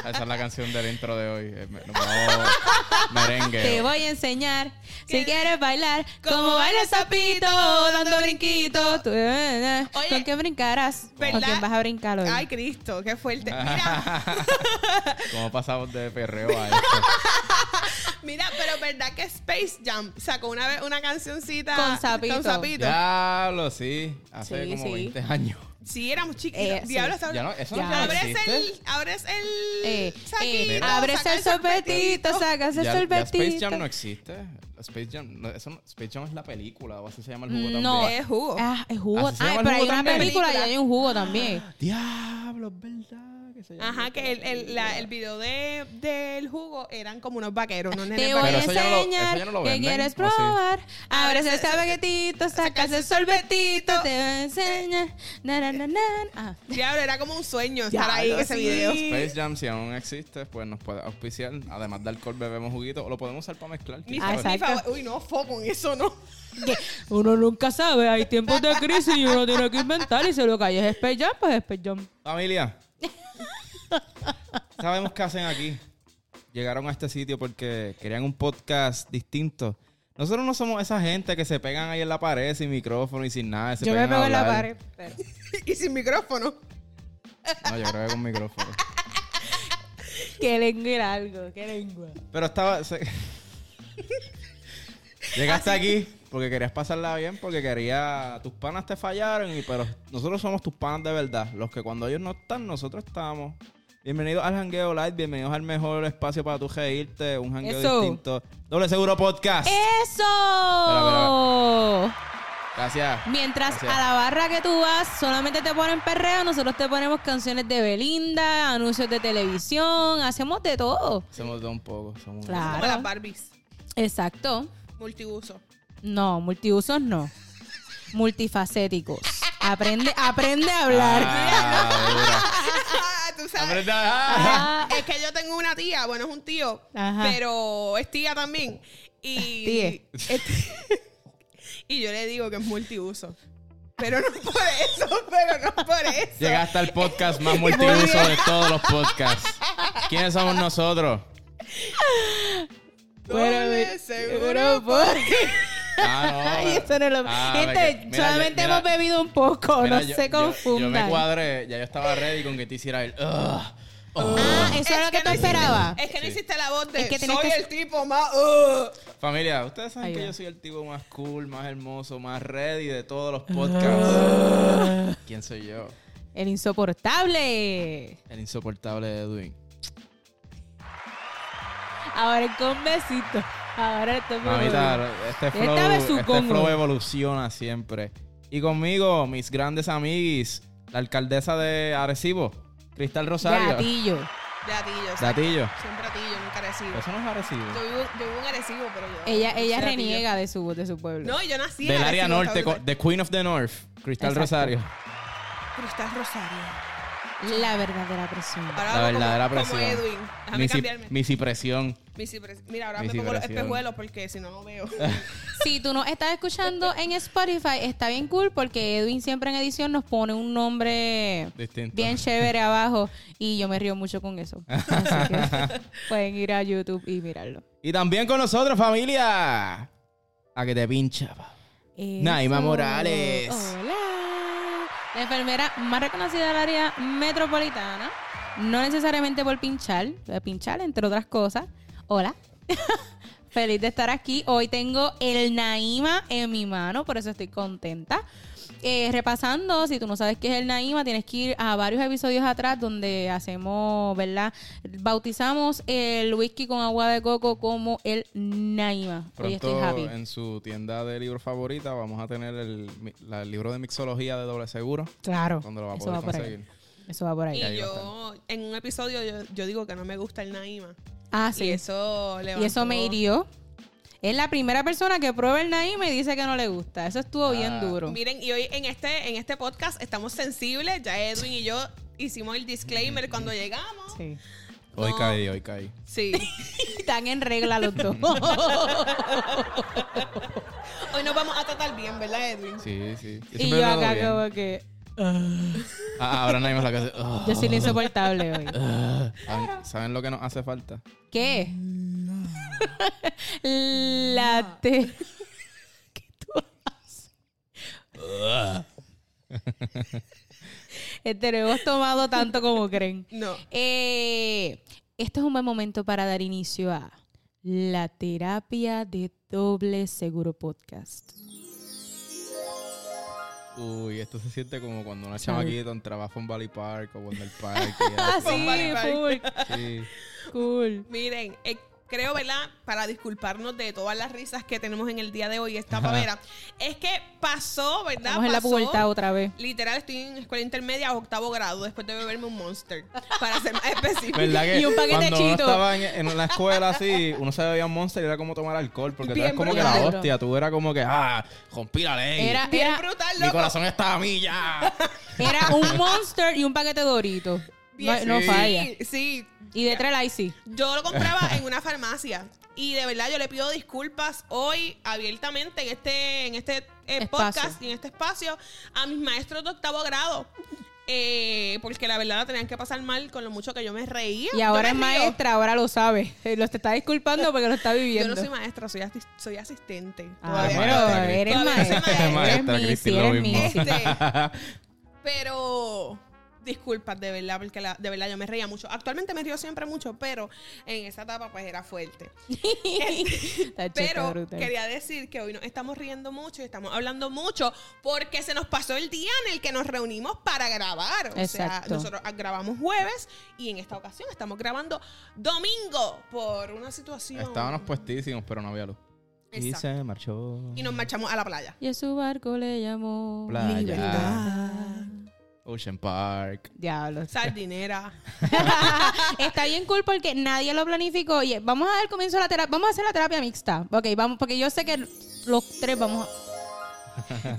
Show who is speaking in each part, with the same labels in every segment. Speaker 1: Esa es la canción del intro de hoy. Eh, me- no, merengue.
Speaker 2: Te voy a enseñar si quieres bailar como baila el sapito dando brinquitos. Tú, eh, eh,
Speaker 3: Oye,
Speaker 2: ¿Con quién brincarás? ¿Con
Speaker 3: ¿verdad?
Speaker 2: quién vas a brincar hoy?
Speaker 3: Ay, Cristo, qué fuerte. Mira,
Speaker 1: ¿Cómo pasamos de perreo a esto?
Speaker 3: mira, pero verdad que Space Jam sacó una vez una cancioncita
Speaker 2: Con sapito.
Speaker 3: Con sapito.
Speaker 1: Diablo, sí. Hace
Speaker 2: Sí,
Speaker 1: como
Speaker 2: sí.
Speaker 1: 20 años.
Speaker 3: Sí, éramos chiquitos.
Speaker 2: Eh, sí.
Speaker 3: Diablo, estaba-
Speaker 1: Ya no, eso
Speaker 2: Ya.
Speaker 1: no
Speaker 3: Abres
Speaker 1: existe.
Speaker 3: el. Abres el.
Speaker 2: Eh,
Speaker 3: saquito,
Speaker 2: eh,
Speaker 3: saca
Speaker 2: ábrese el sorbetito, sacas el
Speaker 1: Ya, ya Space
Speaker 2: sorbetito.
Speaker 1: Jam no existe. Space Jam, no, eso no- Space Jam es la película, o así se llama el juego
Speaker 2: No.
Speaker 1: también.
Speaker 3: Es jugo. Ah.
Speaker 2: Ah, es jugo.
Speaker 1: ¿Así se
Speaker 2: Ay,
Speaker 1: llama el
Speaker 2: pero hay
Speaker 1: jugo
Speaker 2: una
Speaker 1: también?
Speaker 2: película y
Speaker 3: Película.
Speaker 2: hay un jugo también.
Speaker 1: Diablo, es verdad. que se llama
Speaker 3: Ajá,
Speaker 1: la
Speaker 3: que el, el, la- el
Speaker 1: película.
Speaker 3: video de, del jugo eran como unos vaqueros, unos nenes
Speaker 2: Te voy
Speaker 3: vaqueros.
Speaker 2: a
Speaker 1: eso ya no lo- eso ya
Speaker 2: enseñar
Speaker 1: no lo
Speaker 2: que
Speaker 1: venden,
Speaker 2: quieres
Speaker 1: ¿o sí?
Speaker 2: probar. Abres el sorbetito, sacas el sorbetito. Te voy a enseñar. Na, na, na, na. Ah.
Speaker 3: Diablo, era como un sueño estar ahí en
Speaker 2: Diablo,
Speaker 3: ese
Speaker 2: sí.
Speaker 3: video.
Speaker 1: Space Jam, si aún existe, pues nos puede auspiciar. Además de alcohol, bebemos juguito. O lo podemos usar para mezclar.
Speaker 3: Mi,
Speaker 1: ¿quién
Speaker 2: Ah,
Speaker 3: fa-
Speaker 1: sabe?
Speaker 2: exacto.
Speaker 3: mi favor- Uy, no, foco en eso, no.
Speaker 2: Uno nunca sabe, hay tiempos de crisis y uno tiene que inventar y se lo calles es Space Jam, pues Space Jam.
Speaker 1: Familia, sabemos qué hacen aquí. Llegaron a este sitio porque querían un podcast distinto. Nosotros no somos esa gente que se pegan ahí en la pared sin micrófono y sin nada. se
Speaker 2: Yo me
Speaker 1: pegan a
Speaker 2: pego en la
Speaker 1: hablar.
Speaker 2: pared. pero-
Speaker 3: y sin micrófono.
Speaker 1: No, yo creo que con micrófono.
Speaker 2: Qué lengua era algo, qué lengua.
Speaker 1: Pero estaba. se- Llegaste aquí porque querías pasarla bien, porque quería. Tus panas te fallaron, y pero nosotros somos tus panas de verdad. Los que cuando ellos no están, nosotros estamos. Bienvenidos al Hangueo Live, bienvenidos al mejor espacio para tu reírte, un hangueo
Speaker 2: Eso. Eh,
Speaker 1: distinto. Doble Seguro Podcast.
Speaker 2: ¡Eso!
Speaker 1: Gracias.
Speaker 2: Mientras
Speaker 1: Gracias.
Speaker 2: a la barra que tú vas solamente te ponen perreo, nosotros te ponemos canciones de Belinda, anuncios de televisión, hacemos de todo.
Speaker 1: Hacemos de un poco. somos-
Speaker 2: Claro.
Speaker 3: Como las Barbies.
Speaker 2: Exacto.
Speaker 3: Multiuso.
Speaker 2: No, multiusos no. Multifacéticos. Aprende, aprende a hablar.
Speaker 1: Ah, dura.
Speaker 3: Ah, Tú sabes.
Speaker 1: Aprende a-
Speaker 2: Ah,
Speaker 3: Es que yo tengo una tía, bueno, es un tío,
Speaker 2: Ajá.
Speaker 3: pero es tía también. Y,
Speaker 2: Tíe.
Speaker 3: es tí- y yo le digo que es multiuso. Pero no por eso, pero no por eso.
Speaker 1: Llegaste al podcast más multiuso de todos los podcasts. ¿Quiénes somos nosotros?
Speaker 3: Doble
Speaker 2: Bueno,
Speaker 3: seguro.
Speaker 2: porque.
Speaker 1: Ah, no.
Speaker 2: Ay, eso no lo.
Speaker 1: Ah,
Speaker 2: Gente,
Speaker 1: porque- mira,
Speaker 2: solamente
Speaker 1: yo- mira,
Speaker 2: hemos bebido un poco,
Speaker 1: mira,
Speaker 2: no
Speaker 1: yo-
Speaker 2: se
Speaker 1: yo- Yo, me
Speaker 2: confundan.
Speaker 1: cuadré, ya yo estaba ready con que te hiciera el. "Ugh".
Speaker 2: ah, eso era lo que tú esperabas.
Speaker 3: Es que no
Speaker 1: Sí.
Speaker 3: hiciste la voz de
Speaker 2: Es que tienes
Speaker 3: soy
Speaker 2: que-
Speaker 3: el tipo más. uh". "Ugh".
Speaker 1: Familia, ustedes saben
Speaker 2: Ahí
Speaker 1: que
Speaker 2: va.
Speaker 1: yo soy el tipo más cool, más hermoso, más ready de todos
Speaker 2: Ah.
Speaker 1: los podcasts. ¿Quién soy yo?
Speaker 2: El insoportable.
Speaker 1: El insoportable de Edwin.
Speaker 2: Ahora con besito. Ahora esto es mejor.
Speaker 1: Mamita, este
Speaker 2: Ah. Esta
Speaker 1: flow,
Speaker 2: vez su
Speaker 1: este
Speaker 2: congo.
Speaker 1: flow evoluciona siempre. Y conmigo, mis grandes amiguis, la alcaldesa de Arecibo, Cristal Rosario.
Speaker 2: Gatillo.
Speaker 3: De Atillo. sí.
Speaker 1: Datillo.
Speaker 3: Siempre Atillo, nunca Arecibo.
Speaker 1: Eso no es Arecibo.
Speaker 3: Yo vivo, yo vivo en Arecibo, pero yo.
Speaker 2: Ella,
Speaker 3: yo
Speaker 2: ella
Speaker 3: soy de Atillo.
Speaker 2: reniega de su, de su pueblo.
Speaker 3: No, yo nací en
Speaker 1: Del área
Speaker 3: Arecibo,
Speaker 1: norte,
Speaker 3: ¿sabes?
Speaker 1: co- de Queen of the North, Cristal
Speaker 2: Exacto.
Speaker 1: Rosario.
Speaker 3: Cristal Rosario.
Speaker 2: La verdadera presión.
Speaker 3: Ahora
Speaker 1: La
Speaker 3: hago
Speaker 1: verdadera
Speaker 3: como,
Speaker 1: presión.
Speaker 3: Como Edwin. Déjame
Speaker 1: Misi-
Speaker 3: cambiarme.
Speaker 1: Misipresión.
Speaker 3: Misipres- Mira, ahora me
Speaker 1: Misipresión.
Speaker 3: pongo los espejuelos porque si no, no veo.
Speaker 2: Si tú nos estás escuchando en Spotify, está bien cool porque Edwin siempre en edición nos pone un nombre
Speaker 1: Distinto.
Speaker 2: bien chévere abajo y yo me río mucho con eso. Así que pueden ir a YouTube y mirarlo.
Speaker 1: Y también con nosotros, familia. A que te pincha. pa. Naima
Speaker 2: Eso.
Speaker 1: Morales.
Speaker 2: Hola. La enfermera más reconocida del área metropolitana. No necesariamente por pinchar, eh, pinchar entre otras cosas. Hola. Feliz de estar aquí. Hoy tengo el Naima en mi mano, por eso estoy contenta. Eh, repasando, si tú no sabes qué es el Naima, tienes que ir a varios episodios atrás donde hacemos, ¿verdad? Bautizamos el whisky con agua de coco como el Naima. Hoy estoy
Speaker 1: Pronto
Speaker 2: happy.
Speaker 1: en su tienda de libros favorita vamos a tener el, mi- la- el libro de mixología de doble seguro.
Speaker 2: Claro.
Speaker 1: Donde lo va a
Speaker 2: eso
Speaker 1: poder
Speaker 2: va por ahí.
Speaker 1: conseguir.
Speaker 2: Eso va por ahí.
Speaker 1: ahí
Speaker 3: y
Speaker 1: va a
Speaker 3: yo, en un episodio, yo, yo digo que no me gusta el Naima.
Speaker 2: Ah, sí.
Speaker 3: Y eso levantó.
Speaker 2: Y eso me hirió. Es la primera persona que prueba el Naim y me dice que no le gusta. Eso estuvo
Speaker 1: Ah.
Speaker 2: bien duro.
Speaker 3: Miren, y hoy en este, en este podcast estamos sensibles. Ya Edwin y yo hicimos el disclaimer cuando llegamos.
Speaker 2: Sí.
Speaker 1: Hoy
Speaker 3: No.
Speaker 2: Oh.
Speaker 1: caí, hoy caí.
Speaker 3: Sí.
Speaker 2: Están en regla los dos.
Speaker 3: Hoy nos vamos a tratar bien, ¿verdad, Edwin?
Speaker 1: Sí, sí.
Speaker 2: y
Speaker 1: siempre
Speaker 2: yo
Speaker 1: lo hago
Speaker 2: acá
Speaker 1: bien.
Speaker 2: como que...
Speaker 1: Ah, ahora nadie más la casa.
Speaker 2: Yo soy la insoportable hoy.
Speaker 1: ¿Saben, saben lo que nos hace falta?
Speaker 2: ¿Qué? La te... ¿Qué tú haces? Este, lo hemos tomado tanto como creen.
Speaker 3: No.
Speaker 2: Eh, este es un buen momento para dar inicio a la terapia de doble seguro podcast.
Speaker 1: Uy, esto se siente como cuando una
Speaker 2: Salud.
Speaker 1: chamaquita entraba a Valley Park o Wonder Park. y
Speaker 2: Ah,
Speaker 1: así.
Speaker 2: sí,
Speaker 3: Vale, vale.
Speaker 2: full,
Speaker 1: Sí.
Speaker 2: cool.
Speaker 3: Miren, eh, creo, ¿verdad? Para disculparnos de todas las risas que tenemos en el día de hoy, esta pavera. es que pasó, ¿verdad?
Speaker 2: Estamos en la
Speaker 3: Pasó.
Speaker 2: puerta otra vez.
Speaker 3: Literal, estoy en escuela intermedia, octavo grado, después de beberme un monster. Para ser más específico.
Speaker 1: ¿Verdad que
Speaker 2: Y un paquete
Speaker 1: cuando uno
Speaker 2: chito.
Speaker 1: estaba en, en la escuela así, uno se bebía un monster y era como tomar alcohol, porque tú
Speaker 3: Bien
Speaker 1: eras como que
Speaker 2: brutal.
Speaker 1: la hostia, tú eras como que, ah, rompí la ley.
Speaker 2: Era,
Speaker 3: Bien
Speaker 2: era-
Speaker 3: brutal,
Speaker 1: Mi
Speaker 3: loco.
Speaker 1: corazón está a mí ya.
Speaker 2: era un monster y un paquete de Doritos. No,
Speaker 3: Bien-
Speaker 2: no
Speaker 1: Sí.
Speaker 2: falla.
Speaker 3: Sí, sí.
Speaker 2: Y detrás el IC.
Speaker 3: Yo lo compraba en una farmacia. Y de verdad, yo le pido disculpas hoy abiertamente en este, en este eh,
Speaker 2: Espacio.
Speaker 3: podcast y en este espacio a mis maestros de octavo grado. Eh, porque la verdad la tenían que pasar mal con lo mucho que yo me reía.
Speaker 2: Y
Speaker 3: Yo
Speaker 2: ahora es
Speaker 3: me río.
Speaker 2: maestra, ahora lo sabe. Eh, Lo te está disculpando porque lo está
Speaker 3: Yo
Speaker 2: viviendo.
Speaker 3: no soy maestra, soy, asis- soy asistente.
Speaker 2: Ah,
Speaker 1: Eres
Speaker 2: pero
Speaker 1: maestra, Cristi.
Speaker 2: eres
Speaker 3: Todavía soy
Speaker 2: maestra.
Speaker 3: maestra.
Speaker 2: Eres
Speaker 1: Maestra,
Speaker 2: Missy,
Speaker 1: Cristi, lo
Speaker 2: eres
Speaker 1: mismo.
Speaker 2: Missy.
Speaker 3: Este, pero disculpas de verdad, porque la- de verdad yo me reía mucho. Actualmente me río siempre mucho, pero en esa etapa pues era fuerte.
Speaker 2: Está chica,
Speaker 3: Pero
Speaker 2: brutal.
Speaker 3: quería decir que hoy nos estamos riendo mucho y estamos hablando mucho porque se nos pasó el día en el que nos reunimos para grabar. O
Speaker 2: Exacto.
Speaker 3: sea, nosotros ah, grabamos jueves y en esta ocasión estamos grabando domingo por una situación.
Speaker 1: Estábamos puestísimos, pero no había luz. Y
Speaker 3: Exacto.
Speaker 1: se marchó.
Speaker 3: Y nos marchamos a la playa.
Speaker 2: Y a su barco le llamó.
Speaker 1: Playa.
Speaker 2: Libertad.
Speaker 1: Ocean Park.
Speaker 2: Diablo.
Speaker 3: Sardinera.
Speaker 2: Está bien cool porque nadie lo planificó. Oye, vamos a dar comienzo a la terapia. Vamos a hacer la terapia mixta. Ok, vamos, porque yo sé que los tres vamos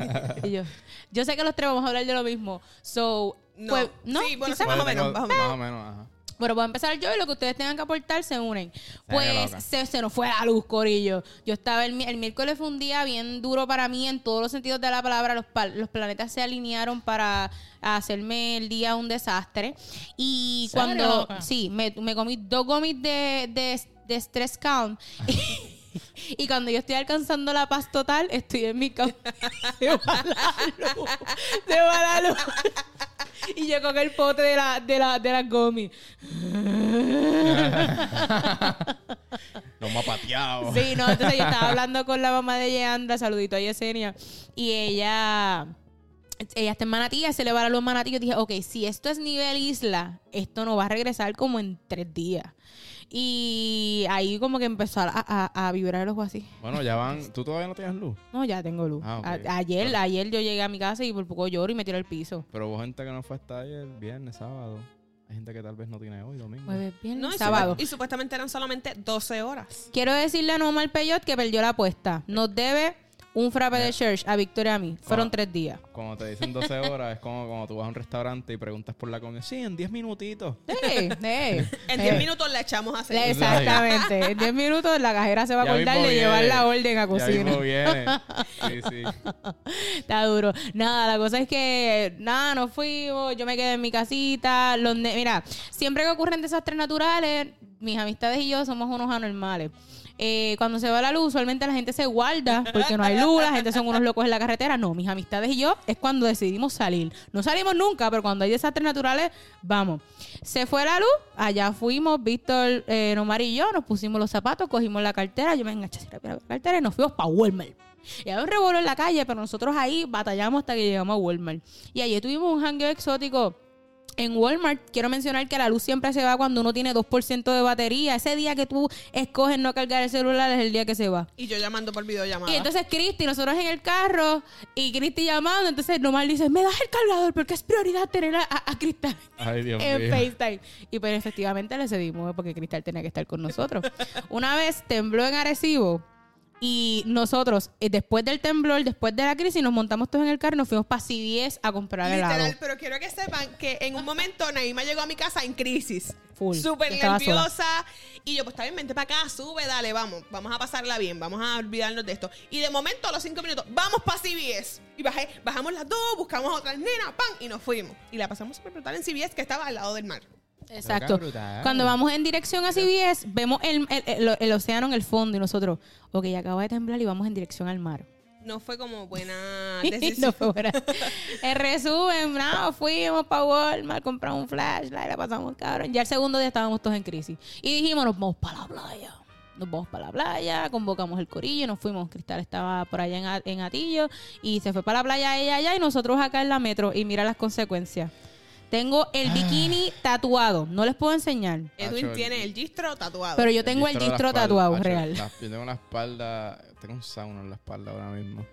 Speaker 2: a. Y yo, yo sé que los tres vamos a hablar de lo mismo. So,
Speaker 3: No.
Speaker 2: pues, no,
Speaker 3: Sí, bueno,
Speaker 2: quizás-
Speaker 3: Más o
Speaker 1: Bueno,
Speaker 3: menos,
Speaker 1: tengo-
Speaker 3: más o
Speaker 1: Más o menos, ajá.
Speaker 2: Bueno, voy a empezar yo y lo que ustedes tengan que aportar se unen. Pues
Speaker 1: loca.
Speaker 2: se, se nos fue la luz, Corillo. Yo estaba el, mi- el miércoles fue un día bien duro para mí en todos los sentidos de la palabra. Los, pal- los planetas se alinearon para hacerme el día un desastre. Y
Speaker 4: ¿Serio,
Speaker 2: cuando.
Speaker 4: loca?
Speaker 2: Sí, me, me comí dos gomis de, de, de stress count. Y cuando yo estoy alcanzando la paz total, estoy en mi cama. Se va la luz. Se va la luz. Y yo con el pote de la, de la, de las gomis.
Speaker 1: Nos más pateado.
Speaker 2: Sí, no, entonces yo estaba hablando con la mamá de Yeandra, saludito a Yesenia, y ella, ella está en Manatí, ella se le va la luz en Manatí, yo dije, ok, si esto es nivel isla, esto no va a regresar como en tres días. Y ahí como que empezó a, a- a vibrar el ojo así.
Speaker 1: Bueno, ya van. ¿Tú todavía no tienes luz?
Speaker 2: No, ya tengo luz.
Speaker 1: Ah, ok.
Speaker 2: A- ayer, ayer yo llegué a mi casa y por poco lloro y me tiro al piso.
Speaker 1: Pero hubo gente que no fue hasta ayer, viernes, sábado. Hay gente que tal vez no tiene hoy, domingo.
Speaker 2: Jueves, viernes,
Speaker 3: No, y,
Speaker 2: sábado.
Speaker 3: supu- y supuestamente eran solamente 12 horas.
Speaker 2: Quiero decirle a Nomar Peyot que perdió la apuesta. Nos debe un frappe de church a Victoria y a mí. Fueron
Speaker 1: Eh. Ah.
Speaker 2: tres días.
Speaker 1: Cuando te dicen 12 horas, es como cuando tú vas a un restaurante y preguntas por la comida. Sí, en 10 minutitos.
Speaker 2: Sí, sí.
Speaker 3: En
Speaker 2: Sí.
Speaker 3: 10 minutos la echamos a hacer.
Speaker 2: Le- Exactamente. En 10 minutos la cajera se va a
Speaker 1: Ya
Speaker 2: acordar
Speaker 1: mismo
Speaker 2: de llevar
Speaker 1: viene.
Speaker 2: la orden a
Speaker 1: Ya mismo
Speaker 2: cocina.
Speaker 1: viene. Sí, sí.
Speaker 2: Está duro. Nada, la cosa es que nada, nos fuimos, yo me quedé en mi casita. Los ne- Mira, siempre que ocurren desastres naturales, mis amistades y yo somos unos anormales. Eh, cuando se va la luz, usualmente la gente se guarda porque no hay luz, la gente son unos locos en la carretera. No, mis amistades y yo es cuando decidimos salir. No salimos nunca, pero cuando hay desastres naturales, vamos. Se fue la luz, allá fuimos, Víctor, eh, Nomar y yo, nos pusimos los zapatos, cogimos la cartera, yo me enganché así rápido a la cartera y nos fuimos para Walmart. Y había un revuelo en la calle, pero nosotros ahí batallamos hasta que llegamos a Walmart. Y allí tuvimos un jangueo exótico. En Walmart, quiero mencionar que la luz siempre se va cuando uno tiene 2% de batería. Ese día que tú escoges no cargar el celular es el día que se va.
Speaker 3: Y yo llamando por videollamada.
Speaker 2: Y entonces Cristi, nosotros en el carro, y Cristi llamando, entonces nomás le dices, me das el cargador porque es prioridad tener a, a, a Cristal
Speaker 1: Ay, Dios
Speaker 2: en
Speaker 1: mío.
Speaker 2: FaceTime. Y pero efectivamente le cedimos porque Cristal tenía que estar con nosotros. Una vez tembló en Arecibo y nosotros, eh, después del temblor, después de la crisis, nos montamos todos en el carro y nos fuimos para CVS a comprar
Speaker 3: Literal,
Speaker 2: helado.
Speaker 3: pero quiero que sepan que en un momento Naima llegó a mi casa en crisis.
Speaker 2: full.
Speaker 3: Súper
Speaker 2: Yo estaba sola.
Speaker 3: nerviosa. Y yo, pues está bien, vente para acá, sube, dale, vamos. Vamos a pasarla bien, vamos a olvidarnos de esto. Y de momento, a los cinco minutos, vamos para CBS. Y bajé, bajamos las dos, buscamos a otras nenas, pan, y nos fuimos. Y la pasamos súper brutal en CBS, que estaba al lado del mar.
Speaker 2: Exacto.
Speaker 1: Loca, brutal.
Speaker 2: Cuando vamos en dirección a CBS, vemos el, el- el- el océano en el fondo y nosotros, ok, acaba de temblar y vamos en dirección al mar.
Speaker 3: No fue como buena
Speaker 2: No
Speaker 3: decisión.
Speaker 2: fue buena. En resumen, no, fuimos para Walmart, compramos un flashlight, la pasamos cabrón. Ya el segundo día estábamos todos en crisis. Y dijimos, nos vamos para la playa. Nos vamos para la playa, convocamos el corillo, nos fuimos. Cristal estaba por allá en, A- en Atillo y se fue para la playa ella allá y nosotros acá en la metro. Y mira las consecuencias. Tengo
Speaker 1: Ah.
Speaker 2: el bikini tatuado. No les puedo enseñar.
Speaker 3: Edwin
Speaker 1: Acho,
Speaker 3: tiene
Speaker 1: el-
Speaker 3: el gistro tatuado.
Speaker 2: Pero yo tengo el
Speaker 1: de la
Speaker 2: gistro
Speaker 1: espalda,
Speaker 2: tatuado
Speaker 1: macho,
Speaker 2: real.
Speaker 1: la- yo tengo la espalda, tengo un sauna en la espalda ahora mismo.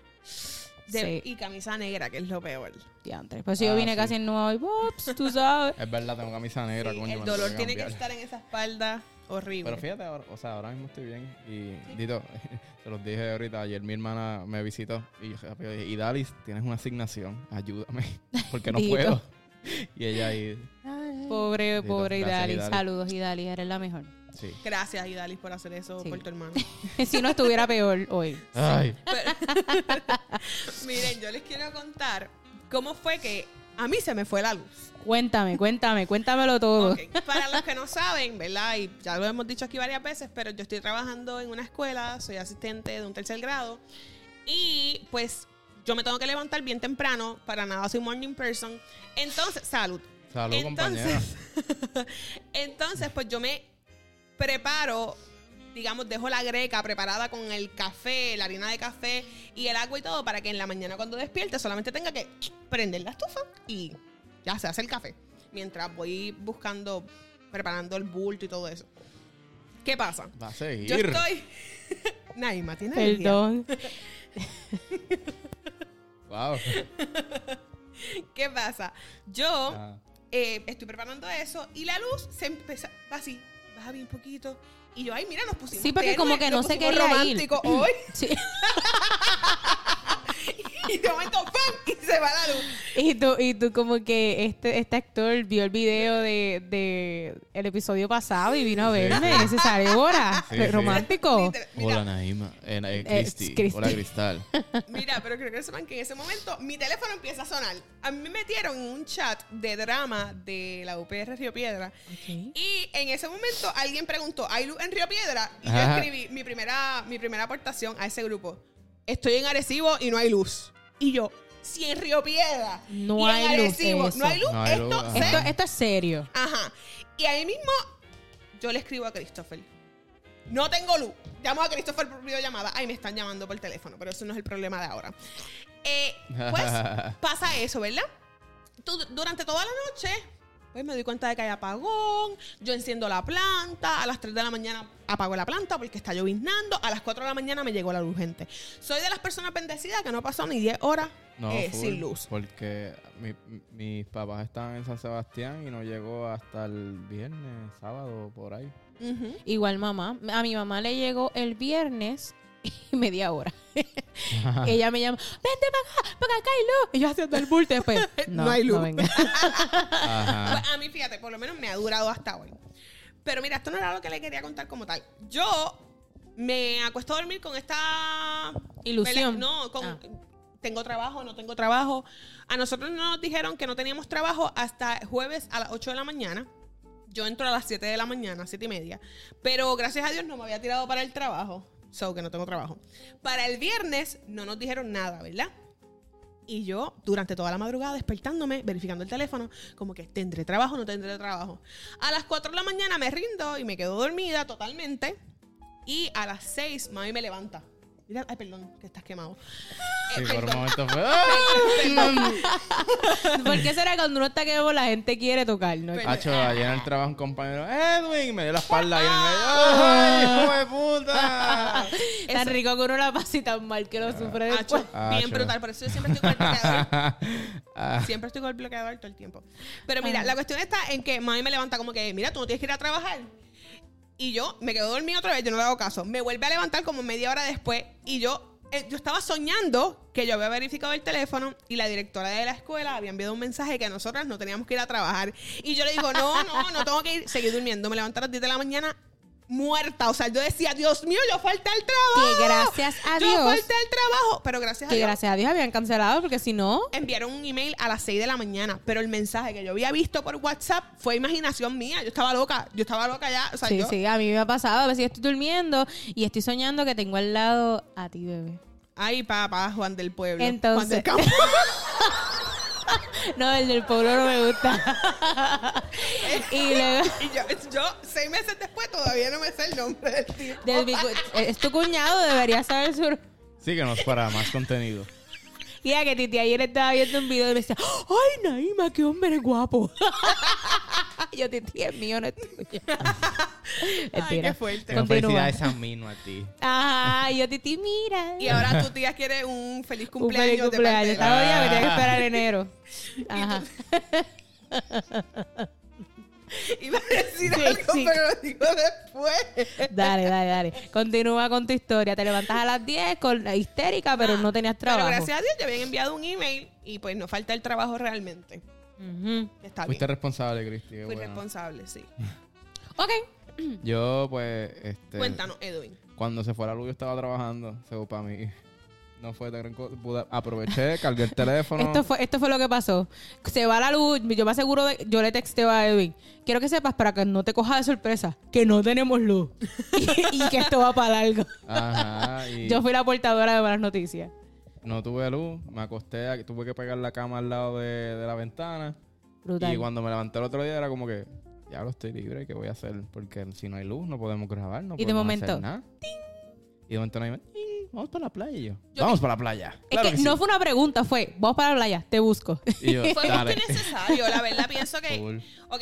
Speaker 3: De-
Speaker 2: Sí.
Speaker 3: Y camisa negra, que es lo peor.
Speaker 2: Diantre. Pues si yo
Speaker 1: Ah,
Speaker 2: vine
Speaker 1: sí.
Speaker 2: casi nuevo y pops, tú sabes.
Speaker 1: Es verdad, tengo camisa negra,
Speaker 3: Sí,
Speaker 1: coño, me
Speaker 3: el
Speaker 1: la
Speaker 3: dolor
Speaker 1: tengo
Speaker 3: tiene que
Speaker 1: cambiar.
Speaker 3: estar en esa espalda horrible.
Speaker 1: Pero fíjate, ahora, o sea, ahora mismo estoy bien. Y Dito, se los dije ahorita, ayer mi hermana me visitó y yo rápido dije, y Dalis, tienes una asignación, ayúdame, porque no
Speaker 2: Dito.
Speaker 1: puedo. Y ella ahí,
Speaker 2: Pobre,
Speaker 1: Dito,
Speaker 2: pobre
Speaker 1: gracias,
Speaker 2: Idali.
Speaker 1: Idali.
Speaker 2: Saludos, Idali. Eres la mejor.
Speaker 1: sí.
Speaker 3: Gracias, Idalis, por hacer eso
Speaker 2: Sí.
Speaker 3: por tu hermano.
Speaker 2: si no estuviera peor hoy.
Speaker 1: Ay,
Speaker 2: Pues,
Speaker 3: Miren, yo les quiero contar cómo fue que a mí se me fue la luz.
Speaker 2: Cuéntame, cuéntame, cuéntamelo todo.
Speaker 3: Ok, Para los que no saben, ¿verdad? Y ya lo hemos dicho aquí varias veces, pero yo estoy trabajando en una escuela, soy asistente de un tercer grado y pues yo me tengo que levantar bien temprano, para nada soy morning person. Entonces, salud.
Speaker 1: salud, compañera.
Speaker 3: Entonces, entonces, pues yo me preparo, digamos, dejo la greca preparada con el café, la harina de café y el agua y todo para que en la mañana cuando despierte solamente tenga que prender la estufa y ya se hace el café. Mientras voy buscando, preparando el bulto y todo eso. ¿Qué pasa?
Speaker 1: Va a seguir.
Speaker 3: Yo estoy... Naima tiene energía.
Speaker 2: Perdón.
Speaker 1: Wow.
Speaker 3: ¿Qué pasa? Yo...
Speaker 1: Ah,
Speaker 3: Eh, estoy preparando eso y la luz se empieza va así, baja bien poquito. Y yo, ay, mira, nos pusimos.
Speaker 2: Sí, porque
Speaker 3: tenue,
Speaker 2: como que
Speaker 3: nos
Speaker 2: no se
Speaker 3: pusimos
Speaker 2: quería ir.
Speaker 3: romántico hoy.
Speaker 2: Sí.
Speaker 3: Y de momento, ¡pam! Y se va la luz.
Speaker 2: Y tú, y tú como que este, este actor vio el video de, de el episodio pasado y vino a
Speaker 1: Sí,
Speaker 2: verme.
Speaker 1: sí.
Speaker 2: Se sale ahora.
Speaker 1: Sí, sí.
Speaker 2: Romántico.
Speaker 3: Literal,
Speaker 1: Hola,
Speaker 3: Mira,
Speaker 1: Naima. Eh, eh,
Speaker 2: Eh,
Speaker 1: Cristi.
Speaker 2: Cristi.
Speaker 1: Hola, Cristal.
Speaker 3: mira, pero creo que sepan que en ese momento mi teléfono empieza a sonar. A mí me metieron en un chat de drama de la UPR Río Piedra. Y en ese momento alguien preguntó, ¿hay luz en Río Piedra? Y yo
Speaker 1: Ajá.
Speaker 3: escribí mi primera, mi primera aportación a ese grupo. Estoy en Arecibo y no hay luz. Y yo, si en Río Piedra
Speaker 2: No
Speaker 3: y
Speaker 2: hay
Speaker 3: en
Speaker 2: luz,
Speaker 3: Arecibo
Speaker 2: eso.
Speaker 3: no hay luz,
Speaker 1: No hay luz,
Speaker 3: esto
Speaker 1: ajá.
Speaker 3: se...
Speaker 2: Esto, esto es serio.
Speaker 3: Ajá. Y ahí mismo yo le escribo a Christopher. No tengo luz. Llamo a Christopher por videollamada. Ay, me están llamando por teléfono, pero eso no es el problema de ahora. Eh, pues pasa eso, ¿verdad? Tú- durante toda la noche, pues me doy cuenta de que hay apagón. Yo enciendo la planta. A las 3 de la mañana apago la planta porque está lloviznando. A las 4 de la mañana me llegó la luz, gente. Soy de las personas bendecidas que no pasó ni 10 horas
Speaker 1: No,
Speaker 3: eh,
Speaker 1: full,
Speaker 3: sin luz.
Speaker 1: Porque mi- mi- mis papás estaban en San Sebastián y no llegó hasta el viernes, sábado, por ahí.
Speaker 3: Ujú.
Speaker 2: Igual mamá. A mi mamá le llegó el viernes y media hora. Ella me llama, vente para acá, para acá hay luz. Y yo haciendo el bulto y después. No,
Speaker 3: No hay luz.
Speaker 2: no venga. Ah.
Speaker 1: Ajá.
Speaker 3: Pues a mí, fíjate, por lo menos me ha durado hasta hoy. Pero mira, esto no era lo que le quería contar como tal. Yo me acuesto a dormir con esta...
Speaker 2: Ilusión.
Speaker 3: ¿verdad? No, con...
Speaker 2: Ah.
Speaker 3: Tengo trabajo, no tengo trabajo. A nosotros nos dijeron que no teníamos trabajo hasta jueves a las 8 de la mañana. Yo entro a las 7 de la mañana, 7 y media. Pero gracias a Dios no me había tirado para el trabajo. So que no tengo trabajo. Para el viernes no nos dijeron nada, ¿verdad? Y yo, durante toda la madrugada, despertándome, verificando el teléfono, como que tendré trabajo o no tendré trabajo. A las 4 de la mañana me rindo y me quedo dormida totalmente. Y a las 6, mami me levanta. Mira, ay, perdón, que estás quemado.
Speaker 1: Sí,
Speaker 3: Eh,
Speaker 1: por un
Speaker 3: perdón,
Speaker 1: momento fue. ¡ah!
Speaker 2: ¿Por qué será que cuando uno está quemado la gente quiere tocar? ¿no?
Speaker 3: Pero-
Speaker 1: Hacho, ayer en el trabajo un compañero, Edwin, y me dio la espalda ahí en el medio. ¡Ay, hijo de puta!
Speaker 2: Tan rico que uno la pasa y tan mal que lo sufre después.
Speaker 3: Acho,
Speaker 1: Ah,
Speaker 3: bien
Speaker 1: acho.
Speaker 3: brutal, por eso yo siempre estoy con el bloqueador.
Speaker 1: Ah,
Speaker 3: Siempre estoy con el bloqueador todo el tiempo. Pero mira, la cuestión está en que mami me levanta como que, mira, tú no tienes que ir a trabajar. Y yo me quedo dormida otra vez, yo no le hago caso. Me vuelve a levantar como media hora después y yo eh, yo estaba soñando que yo había verificado el teléfono y la directora de la escuela había enviado un mensaje que nosotras no teníamos que ir a trabajar. Y yo le digo, no, no, no tengo que ir. Seguí durmiendo. Me levanté a las 10 de la mañana muerta. O sea, yo decía, Dios mío, yo falté al trabajo.
Speaker 2: Que gracias a
Speaker 3: Yo
Speaker 2: Dios.
Speaker 3: falté al trabajo. Pero gracias a
Speaker 2: Que
Speaker 3: Dios
Speaker 2: gracias a Dios habían cancelado, porque si no.
Speaker 3: enviaron un email a las 6 de la mañana, pero el mensaje que yo había visto por WhatsApp fue imaginación mía. Yo estaba loca, yo estaba loca ya. O sea,
Speaker 2: Sí,
Speaker 3: yo,
Speaker 2: sí, a mí me ha pasado. A veces yo estoy durmiendo y estoy soñando que tengo al lado a ti, bebé.
Speaker 3: Ay, papá, Juan del Pueblo. Juan
Speaker 2: Entonces-
Speaker 3: del Campo.
Speaker 2: No, el del pueblo no me gusta. y luego.
Speaker 3: y yo, yo, seis meses después, todavía no me sé el nombre del tipo.
Speaker 2: del bicu- es tu cuñado, debería saber su.
Speaker 1: Síguenos para más contenido.
Speaker 2: Y ya que Titi ayer estaba viendo un video y me decía, ¡ay, Naima, qué hombre guapo! Y yo, Titi, es mío, no es tuyo.
Speaker 3: Ay,
Speaker 2: Mentira.
Speaker 3: qué fuerte.
Speaker 2: Continúa.
Speaker 1: felicidades a mí, no a ti.
Speaker 2: Ajá, y yo, Titi, mira.
Speaker 3: Y ahora tu tía quiere un feliz
Speaker 2: Un feliz
Speaker 3: cumpleaños. de parte de- Ah.
Speaker 2: Estaba ya, me tenía que esperar enero. Ajá.
Speaker 3: Iba a decir
Speaker 2: Sí,
Speaker 3: algo,
Speaker 2: sí.
Speaker 3: pero lo digo después.
Speaker 2: Dale, dale, dale. Continúa con tu historia. Te levantas a las 10 con la histérica, pero no tenías trabajo.
Speaker 3: Pero gracias a Dios, ya habían enviado un email y pues no falta el trabajo realmente.
Speaker 2: Ujú.
Speaker 3: Está bien.
Speaker 1: Fuiste responsable, Cristi. qué
Speaker 3: Fui
Speaker 1: bueno.
Speaker 3: responsable, sí.
Speaker 2: Ok.
Speaker 1: Yo, pues, este.
Speaker 3: Cuéntanos, Edwin.
Speaker 1: Cuando se fue la luz, yo estaba trabajando. Se para mí. No fue tan co- pude- Aproveché, cargué el teléfono.
Speaker 2: Esto fue, esto fue lo que pasó. Se va la luz, yo me aseguro de, yo le texteo a Edwin. Quiero que sepas para que no te coja de sorpresa que no tenemos luz y, y que esto va para largo.
Speaker 1: Ajá. Y
Speaker 2: Yo fui la portadora de malas noticias.
Speaker 1: no tuve luz. Me acosté. Tuve que pegar la cama al lado de, de la ventana.
Speaker 2: Brutal.
Speaker 1: Y cuando me levanté el otro día, era como que. Ya lo estoy libre, ¿qué voy a hacer? Porque si no hay luz, no podemos grabar, no
Speaker 2: Y de
Speaker 1: podemos
Speaker 2: momento,
Speaker 1: hacer nada. Y de momento, nadie me- "Ting, vamos para la playa. Y yo, vamos para la playa. Claro
Speaker 2: es que,
Speaker 1: sí".
Speaker 2: no fue una pregunta, fue, vos para la playa, te busco.
Speaker 1: Y yo,
Speaker 3: Fue
Speaker 1: dale.
Speaker 3: justo y necesario, la verdad. Pienso que.
Speaker 1: Cool.
Speaker 3: Ok,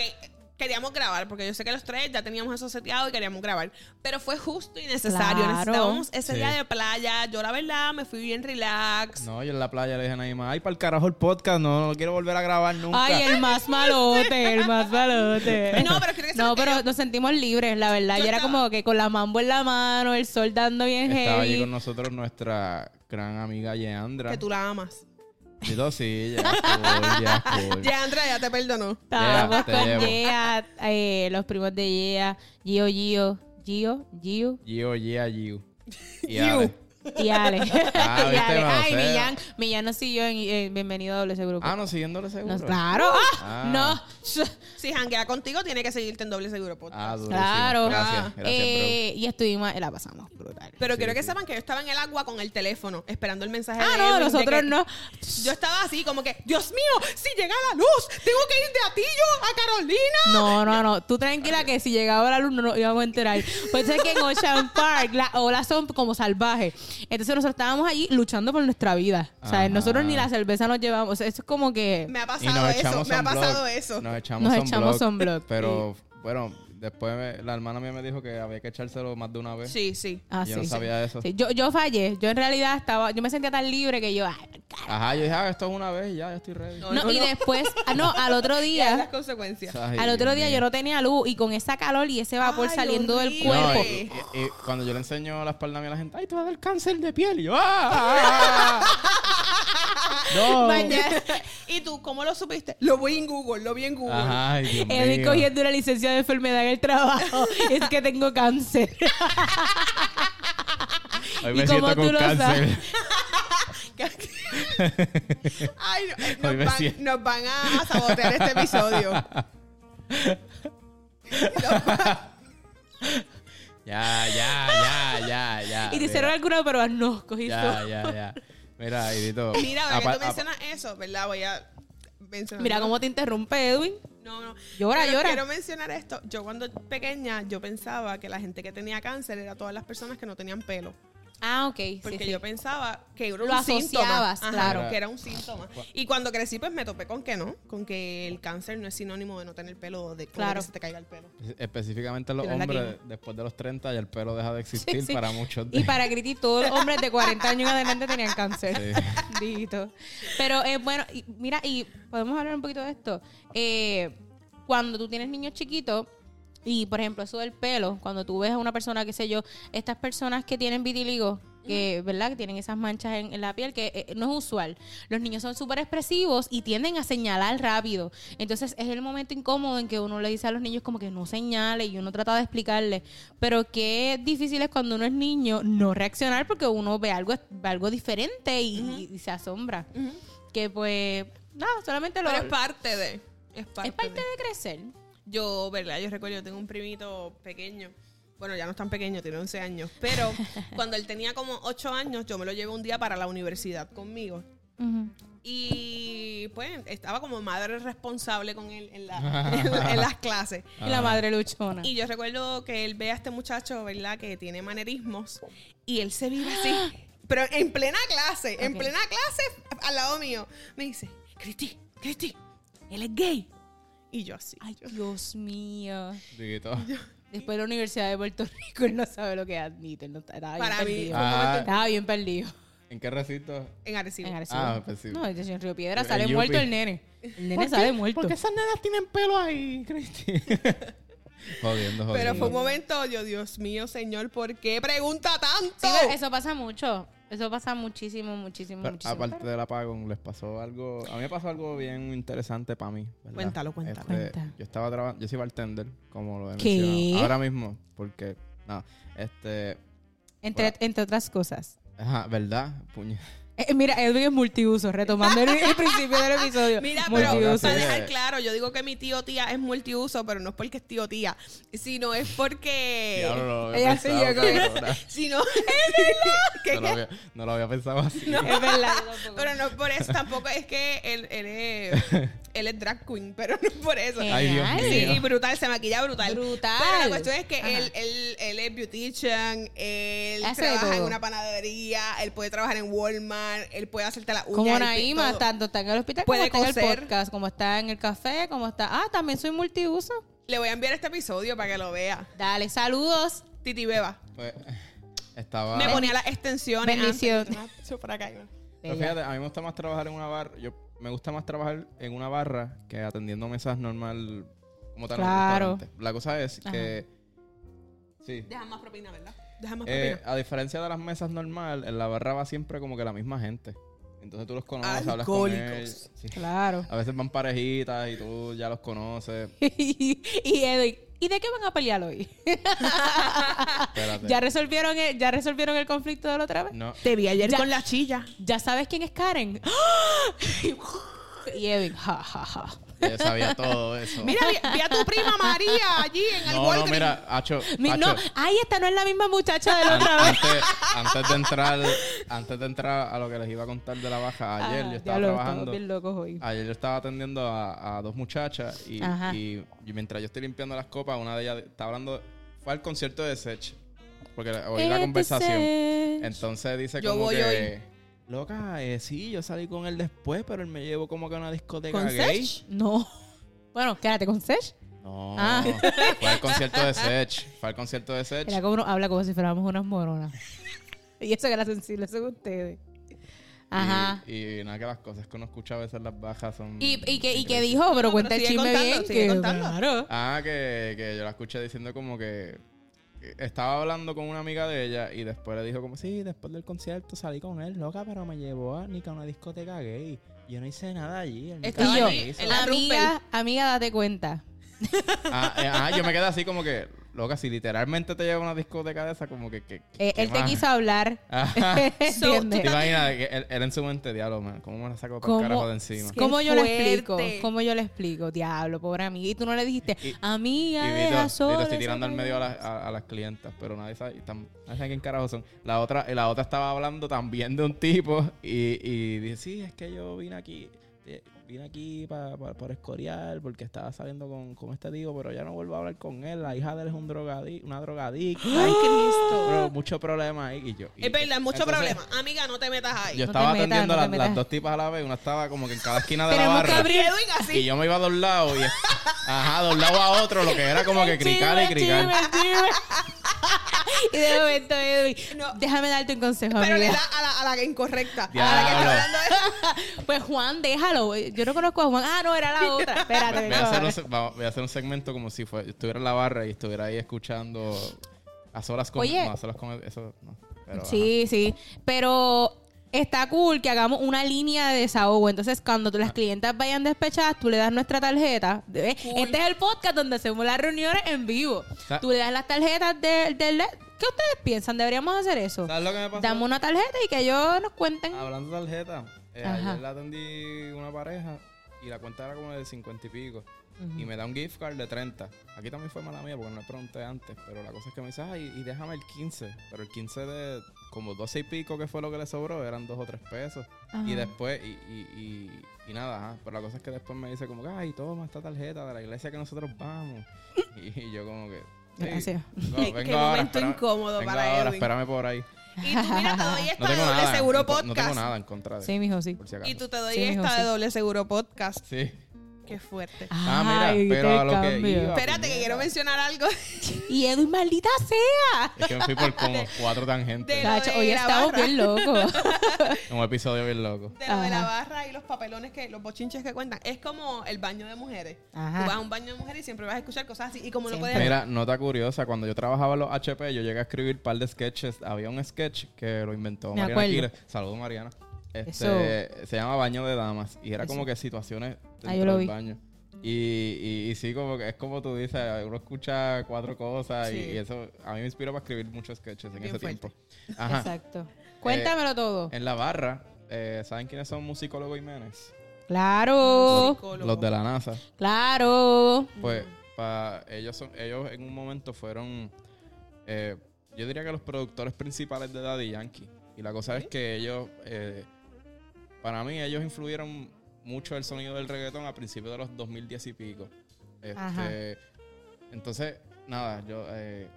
Speaker 3: queríamos grabar, porque yo sé que los tres ya teníamos eso seteado y queríamos grabar. Pero fue justo y necesario.
Speaker 2: Claro.
Speaker 3: Necesitábamos ese
Speaker 1: Sí.
Speaker 3: día de playa. Yo, la verdad, me fui bien relax.
Speaker 1: No, yo en la playa le dije a Naima, ay, para el carajo el podcast, no, no quiero volver a grabar nunca.
Speaker 2: Ay, el más malote, el más malote.
Speaker 3: Eh, No, pero creo que
Speaker 2: No,
Speaker 3: se-
Speaker 2: pero nos sentimos libres, la verdad.
Speaker 3: Yo
Speaker 2: Yo era
Speaker 3: estaba-
Speaker 2: como que con la mambo en la mano, el sol dando bien
Speaker 1: Estaba allí
Speaker 2: heavy.
Speaker 1: con nosotros nuestra gran amiga Yeandra.
Speaker 3: Que tú la amas.
Speaker 1: Y todo, sí, ya, cool, ya, cool.
Speaker 3: Ya, Andrea, ya te perdonó.
Speaker 2: Estábamos
Speaker 1: Yea, te
Speaker 2: con
Speaker 1: llevo.
Speaker 2: Yea, eh, los primos de Yea, Gio, Gio, Gio, Gio
Speaker 1: Gio, yeah, Gio. Y
Speaker 3: Gio.
Speaker 1: Ale.
Speaker 2: y Ale.
Speaker 1: Ah,
Speaker 2: y
Speaker 1: viste,
Speaker 2: Ale.
Speaker 1: no
Speaker 2: Ay,
Speaker 1: sé.
Speaker 2: Millán, Millán nos siguió en, en Bienvenido a Doble ese grupo.
Speaker 1: Ah, no, siguiéndole seguro.
Speaker 2: Nos- claro, ah,
Speaker 1: Ah.
Speaker 2: no.
Speaker 3: Si janguea contigo, tiene que seguirte en doble seguro podcast.
Speaker 1: Ah, durísimo.
Speaker 2: Claro.
Speaker 1: Gracias, gracias,
Speaker 2: Eh, y estuvimos, la pasamos brutal.
Speaker 3: pero
Speaker 1: sí,
Speaker 3: quiero que
Speaker 1: sí.
Speaker 3: sepan que yo estaba en el agua con el teléfono, esperando el mensaje
Speaker 2: Ah,
Speaker 3: de
Speaker 2: no,
Speaker 3: Edwin de
Speaker 2: nosotros
Speaker 3: que-
Speaker 2: no.
Speaker 3: Yo estaba así, como que, Dios mío, si llega la luz, tengo que ir de Atillo a Carolina.
Speaker 2: No, no, no. Tú tranquila que si llegaba la luz no nos íbamos a enterar. Pues es que en Ocean Park las olas son como salvajes. Entonces nosotros estábamos allí luchando por nuestra vida. O sea,
Speaker 1: Ajá.
Speaker 2: nosotros ni la cerveza nos llevamos. O sea, eso es como que...
Speaker 3: Me ha
Speaker 1: bro. Y
Speaker 3: pasado
Speaker 1: nos
Speaker 3: eso,
Speaker 1: echamos
Speaker 3: me ha
Speaker 1: sunblock.
Speaker 3: pasado eso.
Speaker 1: Nos echamos
Speaker 2: Nos
Speaker 1: sunblock,
Speaker 2: echamos sunblock,
Speaker 1: Pero, bueno, después me- la hermana mía me dijo que había que echárselo más de una vez.
Speaker 3: Sí, sí.
Speaker 2: Ah,
Speaker 1: Yo
Speaker 2: sí,
Speaker 1: no
Speaker 2: sí.
Speaker 1: sabía eso.
Speaker 2: Sí, Yo, yo fallé. Yo en realidad estaba... Yo me sentía tan libre que yo... ay, cara.
Speaker 1: Ajá, yo dije, ah, esto es una vez y ya, ya estoy ready.
Speaker 3: No,
Speaker 2: No, y después... ah, no, al otro
Speaker 3: Ya las
Speaker 2: día...
Speaker 3: consecuencias.
Speaker 1: Ay,
Speaker 2: Al otro
Speaker 1: Dios
Speaker 2: día
Speaker 1: mío.
Speaker 2: yo no tenía luz y con esa calor y ese vapor
Speaker 3: Ay,
Speaker 2: saliendo del
Speaker 3: horrible.
Speaker 2: cuerpo.
Speaker 1: No, y, y- y cuando yo le enseño la espalda a mí a la gente, ay, te va a dar cáncer de piel. Y yo, ¡ah! no.
Speaker 3: Mañana. ¿Y tú cómo lo supiste? Lo vi en Google, lo vi en Google.
Speaker 1: Ajá, ay, Dios
Speaker 2: Edwin
Speaker 1: mío.
Speaker 2: cogiendo una licencia de enfermedad en el trabajo. es que tengo cáncer.
Speaker 1: Hoy
Speaker 2: ¿Y
Speaker 1: me
Speaker 2: cómo
Speaker 1: siento
Speaker 2: tú
Speaker 1: con
Speaker 2: lo
Speaker 1: cáncer.
Speaker 3: Ay, no, eh,
Speaker 1: Hoy
Speaker 3: nos,
Speaker 1: me
Speaker 3: van,
Speaker 1: siento-
Speaker 3: nos van a, a sabotear este episodio.
Speaker 1: Ya, ya, ya, ya, ya.
Speaker 2: y te
Speaker 1: mira,
Speaker 2: hicieron alguna prueba. No, cogí
Speaker 1: Ya,
Speaker 2: sol.
Speaker 1: ya, ya. Mira, Edito.
Speaker 3: Mira, ahora que
Speaker 1: apa-
Speaker 3: tú
Speaker 1: apa-
Speaker 3: mencionas eso, ¿verdad? Voy a mencionar.
Speaker 2: Mira cómo te interrumpe Edwin.
Speaker 3: No, no.
Speaker 2: Llora,
Speaker 3: Pero
Speaker 2: llora.
Speaker 3: Quiero mencionar esto. Yo cuando pequeña, yo pensaba que la gente que tenía cáncer era todas las personas que no tenían pelo.
Speaker 2: Ah, ok. sí,
Speaker 3: Porque
Speaker 2: sí.
Speaker 3: yo pensaba que era
Speaker 2: Lo
Speaker 3: un síntoma.
Speaker 2: asociabas, claro.
Speaker 3: Que era un síntoma. Y cuando crecí, pues me topé con que no. Con que el cáncer no es sinónimo de no tener pelo o de, o de
Speaker 2: Claro.
Speaker 3: que se te caiga el pelo.
Speaker 1: Específicamente los
Speaker 2: Mira la
Speaker 1: hombres, después de los 30, ya el pelo deja de existir
Speaker 2: Sí, sí.
Speaker 1: para muchos. de-
Speaker 2: Y para Griti, todos los hombres de 40 años en adelante tenían cáncer. Dito. Pero eh, bueno, y- mira, y podemos hablar un poquito de esto. Eh, cuando tú tienes niños chiquitos, y por ejemplo, eso del pelo, cuando tú ves a una persona, qué sé yo, estas personas que tienen vitiligo, que, ¿verdad? Que tienen esas manchas en, en la piel, que eh, no es usual. Los niños son súper expresivos y tienden a señalar rápido. Entonces es el momento incómodo en que uno le dice a los niños como que no señale y uno trata de explicarle. Pero qué difícil es cuando uno es niño no reaccionar porque uno ve algo, ve algo diferente y, y se asombra. Que pues, nada, solamente lo...
Speaker 3: Pero es parte de. Es parte,
Speaker 2: es parte
Speaker 3: de.
Speaker 2: de crecer.
Speaker 3: Yo, ¿verdad? Yo recuerdo, yo tengo un primito pequeño. Bueno, ya no es tan pequeño, tiene 11 años. Pero cuando él tenía como 8 años, yo me lo llevé un día para la universidad conmigo. Y pues estaba como madre responsable con él en, la- en- en las clases.
Speaker 2: Y la madre luchona.
Speaker 3: Y yo recuerdo que él ve a este muchacho, ¿verdad? Que tiene manerismos y él se vive así. Pero en plena clase, en
Speaker 2: Ok.
Speaker 3: plena clase, al lado mío, me dice, Cristi, Cristi, él es gay. Y yo así.
Speaker 2: Ay,
Speaker 3: yo-
Speaker 2: Dios mío.
Speaker 1: Diguito.
Speaker 2: Después de la Universidad de Puerto Rico, él no sabe lo que admite. Él no, estaba bien
Speaker 3: Para mí,
Speaker 2: perdido.
Speaker 3: fue un
Speaker 1: Ah.
Speaker 3: momento
Speaker 2: Estaba bien perdido.
Speaker 1: ¿En qué recinto?
Speaker 3: en Arecibo.
Speaker 2: En Arecibo.
Speaker 1: Ah, pues sí.
Speaker 2: No, en Río Piedra
Speaker 1: El
Speaker 2: sale
Speaker 1: Yupi.
Speaker 2: muerto el nene. El nene sale muerto.
Speaker 1: esas nenas tienen pelo ahí, Cristi? jodiendo, jodiendo.
Speaker 3: Pero fue un momento, yo, Dios mío, señor, ¿por qué pregunta tanto?
Speaker 2: Sí, pero eso pasa mucho. Eso pasa muchísimo, muchísimo,
Speaker 1: Pero
Speaker 2: muchísimo.
Speaker 1: aparte del apagón, les pasó algo. A mí me pasó algo bien interesante para mí. ¿verdad? Este,
Speaker 3: Cuéntalo, cuéntalo.
Speaker 2: Cuenta.
Speaker 1: Yo estaba trabajando. Yo soy bartender, como lo he
Speaker 2: ¿Qué?
Speaker 1: mencionado. Ahora mismo, porque. No, este.
Speaker 2: entre, entre otras cosas.
Speaker 1: Ajá, ¿verdad? Puñe.
Speaker 2: Eh, mira, Edwin es multiuso, retomando el, el principio del episodio.
Speaker 3: Mira, pero
Speaker 2: multiuso.
Speaker 1: Multiuso.
Speaker 3: para dejar claro, yo digo que mi tío tía es multiuso, pero no es porque es tío tía, sino es porque...
Speaker 1: Diablo, no lo había
Speaker 2: ella sí
Speaker 1: pensado,
Speaker 2: llegó a eso.
Speaker 1: cabrona.
Speaker 3: Sino... ¿Qué,
Speaker 1: No lo había- no lo había pensado así.
Speaker 2: Es verdad. yo tampoco.
Speaker 3: Pero no es por eso, tampoco es que él, él es, él es drag queen, pero no es por eso.
Speaker 2: Genial.
Speaker 1: Ay, Dios mío.
Speaker 3: Sí, brutal, se maquilla brutal.
Speaker 2: Brutal.
Speaker 3: Pero la cuestión es que
Speaker 2: Ajá.
Speaker 3: él, él, él es beautician, él
Speaker 2: Hace de
Speaker 3: trabaja en
Speaker 2: todo.
Speaker 3: una panadería, él puede trabajar en Walmart, él puede hacerte la uña.
Speaker 2: Como
Speaker 3: él pi-
Speaker 2: Naima,
Speaker 3: todo.
Speaker 2: tanto está en el hospital
Speaker 3: Puede
Speaker 2: como está en el
Speaker 3: coser.
Speaker 2: podcast, como está en el café, como está... Ah, también soy multiuso.
Speaker 3: Le voy a enviar este episodio para que lo vea.
Speaker 2: Dale, saludos.
Speaker 3: Titi Beba.
Speaker 1: Pues, estaba.
Speaker 3: Me ponía las extensiones.
Speaker 2: Bendición.
Speaker 3: antes. Yo por acá iba.
Speaker 1: Pero fíjate, a mí me gusta más trabajar en una barra. Yo me gusta más trabajar en una barra que atendiendo mesas normal como tal. en un
Speaker 2: Claro.
Speaker 1: restaurante. La cosa es que sí.
Speaker 3: Deja más propina, ¿verdad? Deja más
Speaker 1: Eh,
Speaker 3: propina.
Speaker 1: a diferencia de las mesas normal, en la barra va siempre como que la misma gente. Entonces tú los conoces, hablas con ellos.
Speaker 3: Alcohólicos.
Speaker 1: Sí.
Speaker 2: Claro.
Speaker 1: A veces van parejitas y tú ya los conoces.
Speaker 2: y Edwin, ¿y de qué van a pelear hoy?
Speaker 1: Espérate.
Speaker 2: Ah, ¿Ya resolvieron el, ya resolvieron el conflicto de la otra vez?
Speaker 1: No.
Speaker 3: Te vi ayer
Speaker 2: ya-
Speaker 3: con la chilla.
Speaker 2: ¿Ya sabes quién es Karen? y Edwin, ja, ja, ja.
Speaker 1: Yo sabía todo eso.
Speaker 3: Mira, vi, vi a tu prima María allí en el
Speaker 1: no, no,
Speaker 3: Walgreens.
Speaker 1: mira, Acho.
Speaker 2: Mi-
Speaker 1: Acho.
Speaker 2: no, ay, esta no es la misma muchacha de la
Speaker 1: An-
Speaker 2: otra vez.
Speaker 1: antes, antes de entrar, antes de entrar a lo que les iba a contar de la baja, ayer
Speaker 2: Ah,
Speaker 1: yo estaba
Speaker 2: diablo, estamos
Speaker 1: trabajando. Ah,
Speaker 2: bien locos hoy.
Speaker 1: Ayer yo estaba atendiendo a, a dos muchachas y,
Speaker 2: Ajá.
Speaker 1: y- y mientras yo estoy limpiando las copas, una de ellas está hablando. Fue al concierto de Sech. Porque la- oí la
Speaker 2: Este
Speaker 1: conversación.
Speaker 2: Sech.
Speaker 1: Entonces dice
Speaker 3: Yo
Speaker 1: como
Speaker 3: voy
Speaker 1: que.
Speaker 3: hoy.
Speaker 1: Loca, eh, sí, yo salí con él después, pero él me llevó como que a una discoteca
Speaker 3: ¿Con
Speaker 1: gay.
Speaker 3: Sech?
Speaker 2: No. Bueno, quédate con Sesh.
Speaker 1: No.
Speaker 2: Ah.
Speaker 1: Fue al concierto de Sech. Fue al concierto de Sech.
Speaker 2: Era como uno habla como si fuéramos unas moronas. y eso que era sensible, según ustedes. Ajá.
Speaker 1: Y, y nada que las cosas que uno escucha a veces las bajas son.
Speaker 2: ¿Y, y, que, y que
Speaker 1: increíbles.
Speaker 2: dijo? Pero
Speaker 3: pero
Speaker 2: cuenta el
Speaker 3: sigue
Speaker 2: chisme
Speaker 3: contando,
Speaker 2: bien.
Speaker 3: sigue
Speaker 2: que-
Speaker 3: contando.
Speaker 2: Claro.
Speaker 1: Ah, que, que yo la escuché diciendo como que que estaba hablando con una amiga de ella y después le dijo como, sí, después del concierto salí con él, loca, pero me llevó a, ni que a una discoteca gay. Yo no hice nada allí. él ni
Speaker 3: Estaba
Speaker 1: carajo
Speaker 2: allí,
Speaker 1: hizo".
Speaker 3: en la
Speaker 2: Amiga, amiga, date cuenta.
Speaker 1: Ah, eh, ah, yo me quedé así como que, loca, si literalmente te lleva a una discoteca de esa, como que... que-
Speaker 2: Eh,
Speaker 1: ¿qué
Speaker 2: él te
Speaker 1: más?
Speaker 2: quiso hablar.
Speaker 1: Ajá.
Speaker 3: So,
Speaker 2: ¿Entiendes?
Speaker 1: ¿Te imaginas? Que él, él en su mente, diablo, man, ¿cómo me la saco para
Speaker 2: ¿Cómo?
Speaker 1: el carajo de encima?
Speaker 3: Qué
Speaker 2: ¿Cómo yo le explico?
Speaker 3: fuerte.
Speaker 2: ¿Cómo yo le explico? Diablo, pobre amiga. Y tú no le dijiste,
Speaker 1: Y- y-
Speaker 2: amiga,
Speaker 1: Y Vito,
Speaker 2: deja sola
Speaker 1: Vito, estoy
Speaker 2: esa
Speaker 1: tirando al
Speaker 2: mujer".
Speaker 1: medio a, las- a- a las clientas, pero nadie sabe, tam- nadie sabe quién carajo son. La otra, eh, la otra estaba hablando también de un tipo y, y dice, sí, es que yo vine aquí, eh, vine aquí para por escorial porque estaba saliendo con, con este tipo, pero ya no vuelvo a hablar con él. La hija de él es un drogadi- una drogadicta.
Speaker 3: Ay, Cristo.
Speaker 1: Pero mucho problema ahí y yo. y-
Speaker 3: Es verdad, mucho
Speaker 1: entonces,
Speaker 3: problema. Amiga, no te metas ahí.
Speaker 1: Yo
Speaker 2: No te
Speaker 1: estaba
Speaker 2: metas, no te
Speaker 1: atendiendo a las, las
Speaker 2: metas.
Speaker 1: dos tipas a la vez, una estaba como que en cada esquina de
Speaker 2: Tenemos
Speaker 1: la
Speaker 2: que
Speaker 1: barra.
Speaker 2: abrir-
Speaker 3: Y Edwin
Speaker 1: Y
Speaker 3: así.
Speaker 1: yo me iba de un lado y ajá, de un lado a otro, lo que era como que cricar y
Speaker 2: Chisme,
Speaker 1: cricar.
Speaker 2: chisme, chisme. y de momento, Edwin,
Speaker 3: No.
Speaker 2: déjame darte un consejo,
Speaker 3: Pero le
Speaker 2: amiga.
Speaker 3: da a la, a la incorrecta. A la que
Speaker 1: Diablo.
Speaker 3: está hablando de
Speaker 2: Pues Juan, déjalo. Yo no conozco a Juan. Ah, no, era la otra. Espérate.
Speaker 1: Voy a, hacer un, se- va- voy a hacer un segmento como si fue, estuviera en la barra y estuviera ahí escuchando a solas con,
Speaker 2: Oye.
Speaker 1: no, a solas con eso. No. Pero,
Speaker 2: sí, sí. Pero está cool que hagamos una línea de desahogo. Entonces, cuando tú- las
Speaker 1: Ah.
Speaker 2: clientas vayan despechadas, tú le das nuestra tarjeta. ¿Ves?
Speaker 3: Cool.
Speaker 2: Este es el podcast donde hacemos las reuniones en vivo.
Speaker 1: Sa-
Speaker 2: Tú le das las tarjetas del... del- ¿Qué ustedes piensan? ¿Deberíamos hacer eso?
Speaker 1: ajá. ¿Sabes lo que me pasó? Ah,
Speaker 2: Dame una tarjeta y que ellos nos cuenten.
Speaker 1: Hablando de tarjeta, eh,
Speaker 2: Ajá.
Speaker 1: ayer la atendí una pareja y la cuenta era como de 50 y pico. Y me da un gift card de 30. Aquí también fue mala mía porque no le pregunté antes. Pero la cosa es que me dice, ay, y déjame el 15. Pero el 15 de como 12 y pico que fue lo que le sobró, eran 2 o 3 pesos. Y
Speaker 2: Ajá.
Speaker 1: después, y, y, y, y nada, ajá. pero la cosa es que después me dice como que, ay, toma esta tarjeta de la iglesia que nosotros vamos. Y, yo como que... "Ey,
Speaker 2: Gracias.
Speaker 1: no,
Speaker 3: Qué- qué
Speaker 1: vengo ahora,
Speaker 3: momento
Speaker 1: espérame-
Speaker 3: incómodo
Speaker 1: vengo
Speaker 3: para
Speaker 1: ahora,
Speaker 3: Edwin.
Speaker 1: espérame por ahí.
Speaker 3: Y tú, mira, te doy esta
Speaker 1: No tengo
Speaker 3: de doble
Speaker 1: nada.
Speaker 3: seguro
Speaker 1: en co-
Speaker 3: podcast.
Speaker 1: No tengo nada en contra de
Speaker 2: Sí, mijo, sí.
Speaker 1: por si acaso.
Speaker 3: Y tú te doy
Speaker 2: Sí, mijo,
Speaker 3: esta de
Speaker 2: sí.
Speaker 3: doble seguro podcast.
Speaker 1: Sí.
Speaker 3: Qué fuerte.
Speaker 1: Ah, mira,
Speaker 2: Ay,
Speaker 1: pero
Speaker 2: qué
Speaker 1: a lo que
Speaker 2: cambio.
Speaker 1: iba,
Speaker 3: Espérate, que
Speaker 1: puñeta.
Speaker 3: quiero mencionar algo.
Speaker 2: Y Edwin, maldita sea.
Speaker 1: Es que me fui por como cuatro tangentes.
Speaker 3: de lo
Speaker 2: Cacho,
Speaker 3: de
Speaker 2: hoy
Speaker 3: la
Speaker 2: estamos
Speaker 3: barra.
Speaker 2: bien locos.
Speaker 1: Un episodio bien loco.
Speaker 3: De lo de la
Speaker 2: Ajá.
Speaker 3: barra y los papelones que, los bochinches que cuentan. Es como el baño de mujeres.
Speaker 2: Ajá.
Speaker 3: Tú vas a un baño de mujeres y siempre vas a escuchar cosas así. Y como no
Speaker 2: Siempre.
Speaker 3: puedes.
Speaker 1: Mira, nota curiosa, cuando yo trabajaba en los HP, yo llegué a escribir un par de sketches. Había un sketch que lo inventó
Speaker 2: Me
Speaker 1: Mariana
Speaker 2: acuerdo.
Speaker 1: Quiles. Saludos, Mariana. Este, se llama Baño de Damas y era
Speaker 2: Eso.
Speaker 1: como que situaciones dentro
Speaker 2: Ah, yo lo
Speaker 1: del
Speaker 2: vi.
Speaker 1: baño. Y, y, y sí, como que es como tú dices, uno escucha cuatro cosas y,
Speaker 3: Sí.
Speaker 1: y eso a mí me inspiró para escribir muchos sketches en
Speaker 3: Bien
Speaker 1: ese
Speaker 3: fuerte.
Speaker 1: tiempo. Ajá. Eh,
Speaker 2: Exacto. Cuéntamelo todo.
Speaker 1: En la barra, eh, ¿saben quiénes son Musicólogo Jiménez?
Speaker 2: Claro,
Speaker 3: Psicólogo.
Speaker 1: Los de la NASA.
Speaker 2: claro.
Speaker 1: Pues pa- ellos son, ellos en un momento fueron, eh, yo diría que los productores principales de Daddy Yankee. Y la cosa es que ellos, eh, para mí, ellos influyeron mucho el sonido del reggaetón a principios de los 2010 y pico. Este,
Speaker 2: Ajá.
Speaker 1: Entonces, nada, yo eh,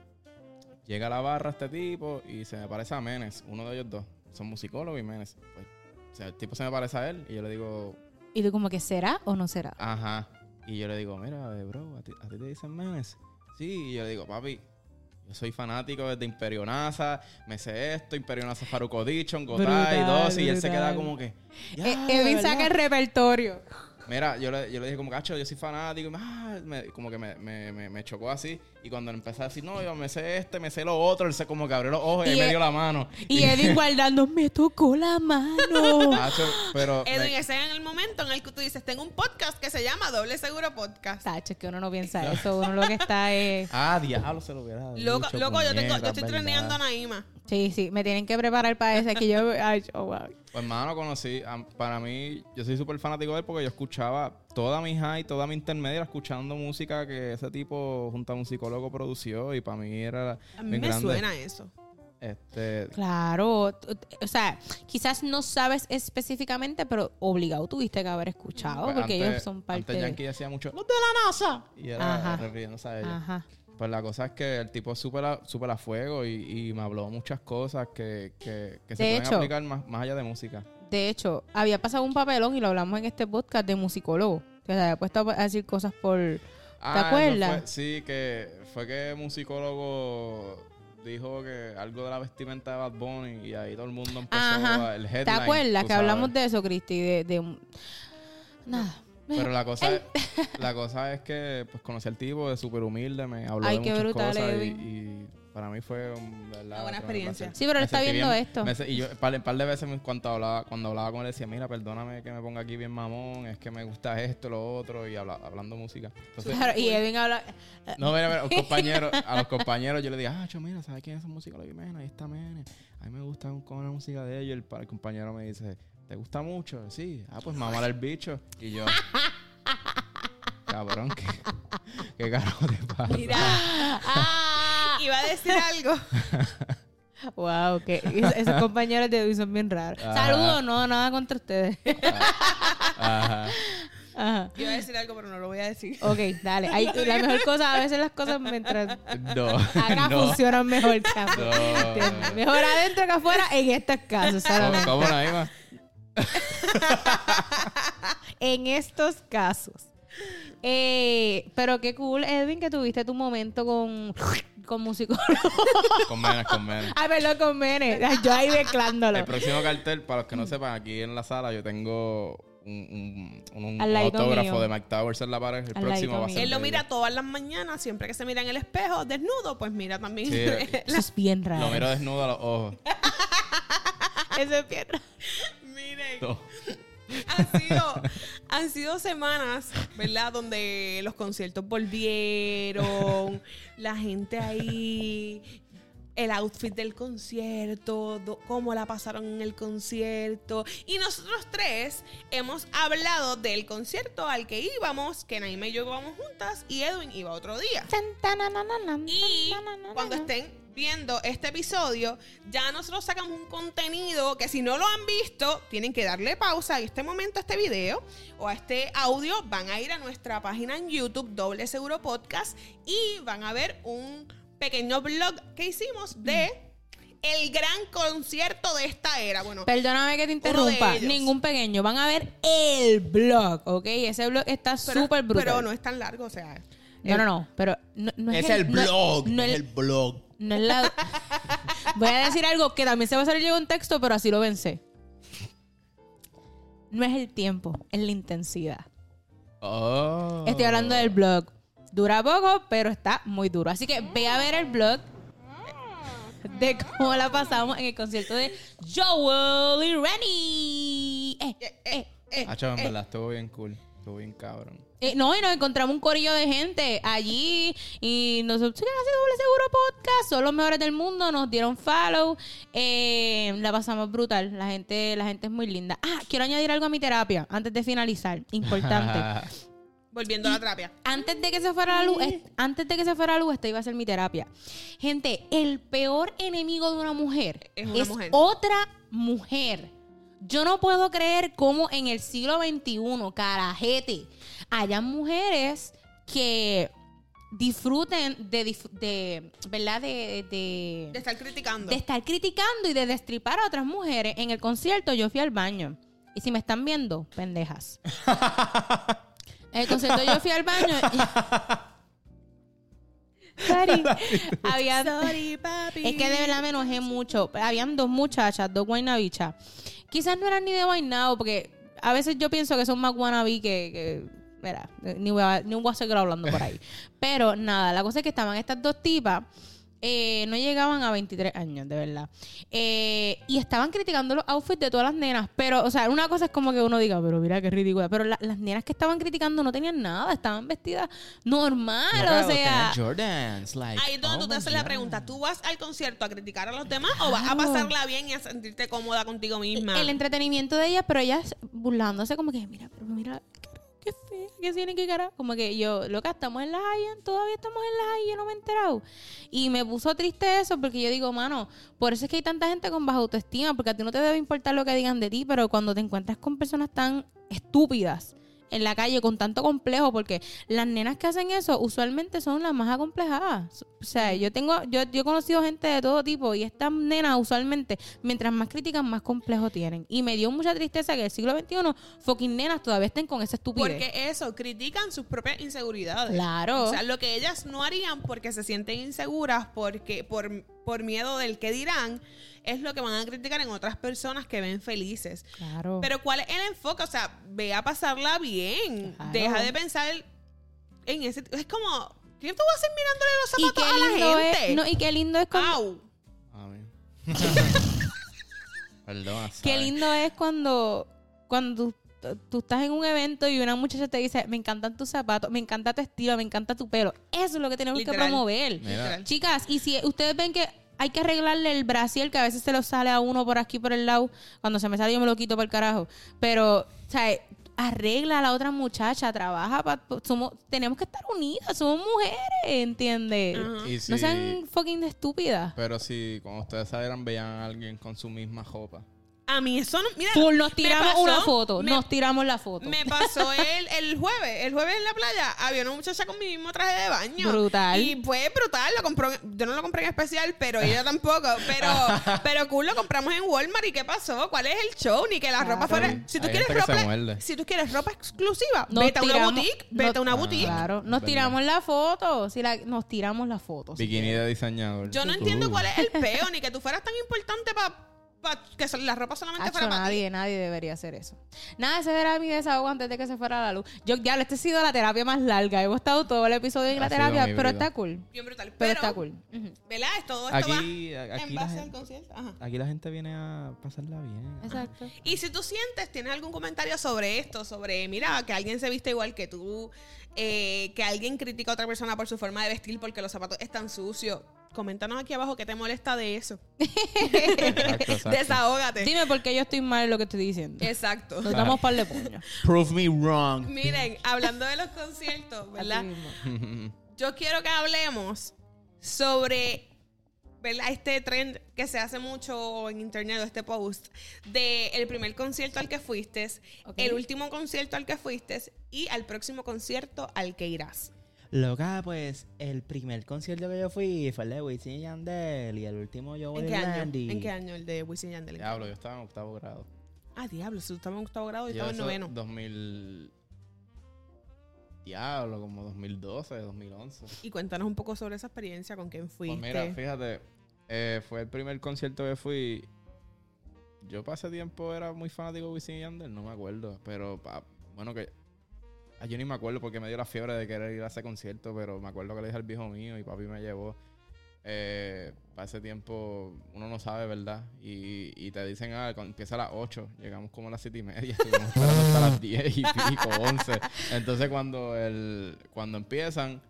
Speaker 1: llega a la barra este tipo y se me parece a Menes, uno de ellos dos. Son musicólogos y Menes. Pues, o sea, el tipo se me parece a él y yo le digo,
Speaker 2: Y tú como que será o no será.
Speaker 1: Ajá. Y yo le digo, mira, eh, bro, ¿a ti, a ti te dicen memes? Sí, y yo le digo, papi, yo soy fanático desde Imperio NASA, me sé esto, Imperio NASA Faruco Dichon, Gotay,
Speaker 2: Brutal,
Speaker 1: Dos, y él se queda
Speaker 2: brutal.
Speaker 1: como que... "Ya,
Speaker 2: Eh,
Speaker 1: ¿de
Speaker 2: Edwin
Speaker 1: verdad?".
Speaker 2: saca el repertorio.
Speaker 1: Mira, yo le, yo le dije como, cacho, yo soy fanático, y me- ah, me- como que me, me- me- me chocó así, y cuando empecé a decir, no, yo me sé este, me sé lo otro, él se como que abrió los ojos y,
Speaker 2: Y
Speaker 1: ahí me
Speaker 2: e-
Speaker 1: dio la mano.
Speaker 2: Y Edwin guardando, me tocó la mano.
Speaker 1: Cacho, pero... me-
Speaker 3: Edwin, ese es el momento en el que tú dices, tengo un podcast que se llama Doble Seguro Podcast.
Speaker 2: Sacho, es que uno no piensa eso. Uno lo que está es.
Speaker 1: Ah, diablo, se lo hubiera
Speaker 3: Loco,
Speaker 1: dicho,
Speaker 3: loco yo, tengo, yo
Speaker 1: puñeta,
Speaker 3: estoy
Speaker 1: es
Speaker 3: treneando
Speaker 1: verdad.
Speaker 3: a Naima.
Speaker 2: Sí, sí, me tienen que preparar para eso. Que yo. Ay, oh, wow.
Speaker 1: Pues hermano, conocí, am- para mí, yo soy súper fanático de él porque yo escuchaba toda mi high, toda mi intermedia escuchando música que ese tipo junto a un psicólogo produció y para mí era
Speaker 3: A mí
Speaker 1: bien
Speaker 3: me
Speaker 1: grande.
Speaker 3: suena eso.
Speaker 1: Este,
Speaker 2: Claro. t- t- O sea, quizás no sabes específicamente, pero obligado tuviste que haber escuchado
Speaker 1: pues,
Speaker 2: porque
Speaker 1: antes-
Speaker 2: ellos son parte.
Speaker 1: Antes Yankee
Speaker 2: de...
Speaker 1: decía mucho, ¡Los de la NASA! Y era
Speaker 2: Ajá.
Speaker 1: refiriéndose a ellos.
Speaker 2: Ajá.
Speaker 1: Pues la cosa es que el tipo es súper a, súper a fuego y, y me habló muchas cosas que, que, que se
Speaker 2: De
Speaker 1: pueden
Speaker 2: hecho-
Speaker 1: aplicar más, más allá de música.
Speaker 2: De hecho, había pasado un papelón y lo hablamos en este podcast de musicólogo. Que se había puesto a decir cosas por.
Speaker 1: Ah, no
Speaker 2: acuerdas?
Speaker 1: fue- sí, que fue que un psicólogo dijo que algo de la vestimenta de Bad Bunny y ahí todo el mundo empezó
Speaker 2: Ajá.
Speaker 1: a- el headline.
Speaker 2: ¿Te acuerdas
Speaker 1: tú
Speaker 2: que hablamos
Speaker 1: sabes.
Speaker 2: de eso, Cristi? De, de- Nada.
Speaker 1: Pero la cosa, es, la cosa es que pues conocí al tipo, es súper humilde, me habló
Speaker 2: Ay,
Speaker 1: de
Speaker 2: qué
Speaker 1: muchas
Speaker 2: brutal,
Speaker 1: cosas y,
Speaker 2: Edwin.
Speaker 1: y para mí fue un- de
Speaker 3: Una
Speaker 1: verdad,
Speaker 3: buena
Speaker 1: tremendo
Speaker 3: experiencia.
Speaker 1: placer.
Speaker 2: Sí, pero él
Speaker 1: Me
Speaker 2: está
Speaker 1: sentí
Speaker 2: viendo
Speaker 1: bien-
Speaker 2: esto.
Speaker 1: me se- y yo un par, un par de veces me- cuando hablaba, cuando hablaba con él decía, mira, perdóname que me ponga aquí bien mamón, es que me gusta esto, lo otro, y habla- hablando música. Entonces,
Speaker 2: Claro, y Edwin habla.
Speaker 1: No, mira, mira, los compañeros, a los compañeros yo les dije, ah, cho, mira, ¿sabes quién es esa música? Lo vi, Ahí está Mena. A mí me gusta un con la música de ellos. El, pa- el compañero me dice, ¿te gusta mucho? Sí. Ah, pues mamar el bicho. Y yo, cabrón, qué, qué carajo te pasa.
Speaker 3: Mira, iba a decir algo.
Speaker 2: Wow, que es- esos compañeros de Edwin son bien raros.
Speaker 1: Ajá.
Speaker 2: Saludos, no, nada contra ustedes.
Speaker 1: Ajá.
Speaker 2: Ajá.
Speaker 3: Iba a decir algo, pero no lo voy a decir.
Speaker 2: Ok, dale. Hay, la mejor cosa, a veces las cosas mientras
Speaker 1: No,
Speaker 2: acá
Speaker 1: no,
Speaker 2: funcionan mejor que afuera.
Speaker 1: no.
Speaker 2: Mejor adentro que afuera en estos casos,
Speaker 1: ¿Cómo,
Speaker 2: solamente.
Speaker 1: cómo, Naima?
Speaker 2: en estos casos. Eh, pero qué cool, Edwin, que tuviste tu momento con, con musicólogo.
Speaker 1: Con menos, con menos.
Speaker 2: Ay, perdón, con Mene. Yo ahí mezclándolo.
Speaker 1: El próximo cartel, para los que no sepan, aquí en la sala yo tengo un un, un- un
Speaker 2: Al ladito
Speaker 1: autógrafo
Speaker 2: mío.
Speaker 1: de Mike Towers en la pared. El
Speaker 2: Al
Speaker 1: próximo
Speaker 2: ladito
Speaker 1: va a
Speaker 2: mío.
Speaker 1: ser.
Speaker 3: Él lo
Speaker 1: de
Speaker 3: mira todas las mañanas, siempre que se mira en el espejo, desnudo, pues mira también.
Speaker 1: Sí, eh.
Speaker 2: Eso es bien raro.
Speaker 1: Lo miro desnudo a los ojos.
Speaker 2: Eso es bien raro.
Speaker 3: Miren,
Speaker 1: No.
Speaker 3: han sido, han sido semanas, ¿verdad? Donde los conciertos volvieron, la gente ahí, el outfit del concierto, do- cómo la pasaron en el concierto. Y nosotros tres hemos hablado del concierto al que íbamos, que Naime y yo íbamos juntas y Edwin iba otro día. Y cuando estén viendo este episodio, ya nosotros sacamos un contenido que si no lo han visto, tienen que darle pausa en este momento a este video o a este audio. Van a ir a nuestra página en YouTube, Doble Seguro Podcast, y van a ver un pequeño blog que hicimos de el gran concierto de esta era. Bueno,
Speaker 2: Perdóname que
Speaker 3: Uno
Speaker 2: te interrumpa.
Speaker 3: de ellos.
Speaker 2: Ningún pequeño. Van a ver el blog, ¿ok? Ese blog está
Speaker 3: pero-
Speaker 2: súper brutal.
Speaker 3: Pero no es tan largo, o sea.
Speaker 2: No, no, no. Pero no, no
Speaker 1: Es el
Speaker 2: no-
Speaker 1: blog.
Speaker 2: No,
Speaker 1: es
Speaker 2: es-
Speaker 1: el blog.
Speaker 2: no es la. Voy a decir algo que también se va a salir de contexto, pero así lo vencé. No es el tiempo, es la intensidad.
Speaker 1: Oh.
Speaker 2: Estoy hablando del blog. Dura poco, pero está muy duro. Así que ve a ver el blog de cómo la pasamos en el concierto de Joel y Rennie. Eh,
Speaker 3: eh,
Speaker 2: eh, eh.
Speaker 1: Hacho, en verdad, estuvo bien cool. Estuvo bien cabrón.
Speaker 2: Eh, no, y nos encontramos un corillo de gente allí y nosotros, chicas, hace doble seguro podcast, son los mejores del mundo, nos dieron follow, eh, la pasamos brutal, la gente, la gente es muy linda. Ah, quiero añadir algo a mi terapia antes de finalizar, importante.
Speaker 3: Volviendo a la terapia.
Speaker 2: Antes de que se fuera la luz, es- antes de que se fuera la luz, esta iba a ser mi terapia. Gente, el peor enemigo de una mujer
Speaker 3: Es una mujer.
Speaker 2: otra mujer. Yo no puedo creer cómo en el siglo XXI, carajete, hayan mujeres que disfruten de, dif- de ¿verdad? De, de-
Speaker 3: De estar criticando.
Speaker 2: de estar criticando y de destripar a otras mujeres. En el concierto yo fui al baño. Y si me están viendo, pendejas. En el concierto yo fui al baño. y- Sorry. Había...
Speaker 3: Sorry, papi.
Speaker 2: Es que de verdad me enojé mucho. Habían dos muchachas, dos guaynabichas. Quizás no eran ni de guaynao, porque a veces yo pienso que son más guanabí que... que- mira, ni voy, a, ni voy a seguir hablando por ahí. Pero nada, la cosa es que estaban estas dos tipas... eh, no llegaban a 23 años, de verdad. Eh, y estaban criticando los outfits de todas las nenas. Pero, o sea, una cosa es como que uno diga, pero mira qué ridícula. Pero la- las nenas que estaban criticando no tenían nada, estaban vestidas normal.
Speaker 1: Loca,
Speaker 2: o Ah, sea,
Speaker 1: tenía Jordans, like,
Speaker 3: Ahí es donde
Speaker 1: oh
Speaker 3: tú te
Speaker 1: my
Speaker 3: haces la
Speaker 1: God.
Speaker 3: pregunta, ¿tú vas al concierto a criticar a los demás o vas a pasarla bien y a sentirte cómoda contigo misma?
Speaker 2: el entretenimiento de ellas, pero ellas burlándose como que, mira, pero mira, qué fea, qué tiene que cara. Como que yo, loca, estamos en las Allen, todavía estamos en las Allen, no me he enterado. Y me puso triste eso porque yo digo, mano, por eso es que hay tanta gente con baja autoestima, porque a ti no te debe importar lo que digan de ti, pero cuando te encuentras con personas tan estúpidas en la calle con tanto complejo, porque las nenas que hacen eso usualmente son las más acomplejadas. O sea, yo tengo, yo, yo he conocido gente de todo tipo y estas nenas usualmente, mientras más critican, más complejo tienen. Y me dio mucha tristeza que el siglo XXI, fucking nenas todavía estén con esa estupidez.
Speaker 3: porque eso, critican sus propias inseguridades.
Speaker 2: Claro.
Speaker 3: O sea, lo que ellas no harían porque se sienten inseguras, porque por, por miedo del que dirán, es lo que van a criticar en otras personas que ven felices.
Speaker 2: claro.
Speaker 3: Pero ¿cuál es el enfoque? O sea, ve a pasarla bien.
Speaker 2: Claro.
Speaker 3: Deja de pensar en ese... Es como, ¿qué tú vas a hacer mirándole los
Speaker 2: y
Speaker 3: zapatos
Speaker 2: qué
Speaker 3: a
Speaker 2: lindo
Speaker 3: la gente?
Speaker 2: es, no, y qué lindo es cuando,
Speaker 3: Au.
Speaker 1: Amén. Perdona.
Speaker 2: qué
Speaker 1: sorry.
Speaker 2: lindo es cuando, cuando tú, tú estás en un evento y una muchacha te dice, me encantan tus zapatos, me encanta tu estilo, me encanta tu pelo. Eso es lo que tenemos que
Speaker 3: Literal.
Speaker 2: promover.
Speaker 1: Mira.
Speaker 3: Literal.
Speaker 2: Chicas, y si ustedes ven que hay que arreglarle el brasier, que a veces se lo sale a uno por aquí, por el lado. Cuando se me sale, yo me lo quito por el carajo. Pero, ¿sabes? Arregla a la otra muchacha, trabaja. pa- pa- somos, tenemos que estar unidas, somos mujeres, ¿entiendes?
Speaker 3: Ajá.
Speaker 1: Y
Speaker 2: No
Speaker 1: si-
Speaker 2: sean fucking estúpidas.
Speaker 1: Pero si cuando ustedes salieran veían a alguien con su misma ropa.
Speaker 3: A mí eso no. Mira,
Speaker 2: Full, nos
Speaker 3: me
Speaker 2: tiramos
Speaker 3: pasó-
Speaker 2: una foto,
Speaker 3: Me,
Speaker 2: nos tiramos la foto.
Speaker 3: me pasó el, el jueves. El jueves en la playa había una muchacha con mi mismo traje de baño.
Speaker 2: Brutal.
Speaker 3: Y fue brutal. Lo compró, en- yo no lo compré en especial, pero ella tampoco. Pero, pero cool, lo compramos en Walmart. ¿Y qué pasó? ¿Cuál es el show? Ni que la ropa fuera.
Speaker 1: Sí,
Speaker 3: Si tú,
Speaker 1: hay
Speaker 3: quieres
Speaker 1: gente que se
Speaker 3: ropa,
Speaker 1: muerde.
Speaker 3: si tú quieres ropa exclusiva,
Speaker 2: Nos
Speaker 3: vete a una
Speaker 2: tiramos-
Speaker 3: boutique.
Speaker 2: nos-
Speaker 3: Vete a una boutique.
Speaker 2: Claro, nos
Speaker 1: Verdad.
Speaker 2: tiramos la foto. Si la, nos tiramos la foto. sí.
Speaker 1: Bikini de diseñador.
Speaker 3: Yo no entiendo cuál es el peo, ni que tú fueras tan importante para pa- que so- la ropa solamente
Speaker 2: Acho,
Speaker 3: fuera para ti.
Speaker 2: nadie, nadie debería hacer eso. Nada, ese era mi desahogo antes de que se fuera la luz. Yo, diablo, este ha sido la terapia más larga. Hemos estado todo el episodio en
Speaker 1: Ha
Speaker 2: la
Speaker 1: sido
Speaker 2: terapia,
Speaker 1: un
Speaker 2: pero
Speaker 1: híbrido.
Speaker 2: está cool.
Speaker 3: Bien brutal. Pero,
Speaker 2: Pero, está cool. Ujú.
Speaker 3: ¿Verdad? Es Todo esto
Speaker 1: Aquí,
Speaker 3: va
Speaker 1: aquí,
Speaker 3: en
Speaker 1: la
Speaker 3: base al
Speaker 1: gente,
Speaker 3: concierto. Ajá.
Speaker 1: aquí la gente viene a pasarla bien.
Speaker 2: Exacto.
Speaker 3: Y si tú sientes, tienes algún comentario sobre esto, sobre, mira, que alguien se viste igual que tú, eh, que alguien critica a otra persona por su forma de vestir porque los zapatos están sucios, coméntanos aquí abajo qué te molesta de eso.
Speaker 1: Exacto, exacto.
Speaker 3: Desahógate.
Speaker 2: Dime por qué yo estoy mal en lo que estoy diciendo.
Speaker 3: Exacto.
Speaker 2: Nos damos par de puños.
Speaker 1: Prove me wrong.
Speaker 3: Miren, hablando de los conciertos, ¿verdad?
Speaker 2: Así mismo.
Speaker 3: Yo quiero que hablemos sobre, ¿verdad? Este trend que se hace mucho en internet, o este post, de el primer concierto al que fuiste,
Speaker 2: Ok.
Speaker 3: el último concierto al que fuiste y al próximo concierto al que irás.
Speaker 4: Loca, pues el primer concierto que yo fui fue el de Wisin y Yandel y el último yo voy
Speaker 3: ¿En qué año?
Speaker 4: Randy.
Speaker 3: ¿En qué año el de Wisin y Yandel? ¿En qué
Speaker 1: Diablo,
Speaker 3: año?
Speaker 1: yo estaba en octavo grado.
Speaker 3: Ah, diablo, si tú estabas en octavo grado, yo,
Speaker 1: Yo
Speaker 3: estaba en noveno.
Speaker 1: eso, 2000... Diablo, como 2012, 2011.
Speaker 3: Y cuéntanos un poco sobre esa experiencia, con quién fuiste.
Speaker 1: Pues mira, fíjate, eh, fue el primer concierto que fui. Yo para ese tiempo era muy fanático de Wisin y Yandel, no me acuerdo. Pero, pa- bueno, que... ah, Yo ni me acuerdo porque me dio la fiebre de querer ir a ese concierto, pero me acuerdo que le dije al viejo mío y papi me llevó. Eh, para ese tiempo uno no sabe, ¿verdad? Y, y te dicen, ah, cuando empieza a las 8, llegamos como a las 7 y media, estuvimos esperando hasta las 10 y pico, 11. Entonces cuando, el, cuando empiezan,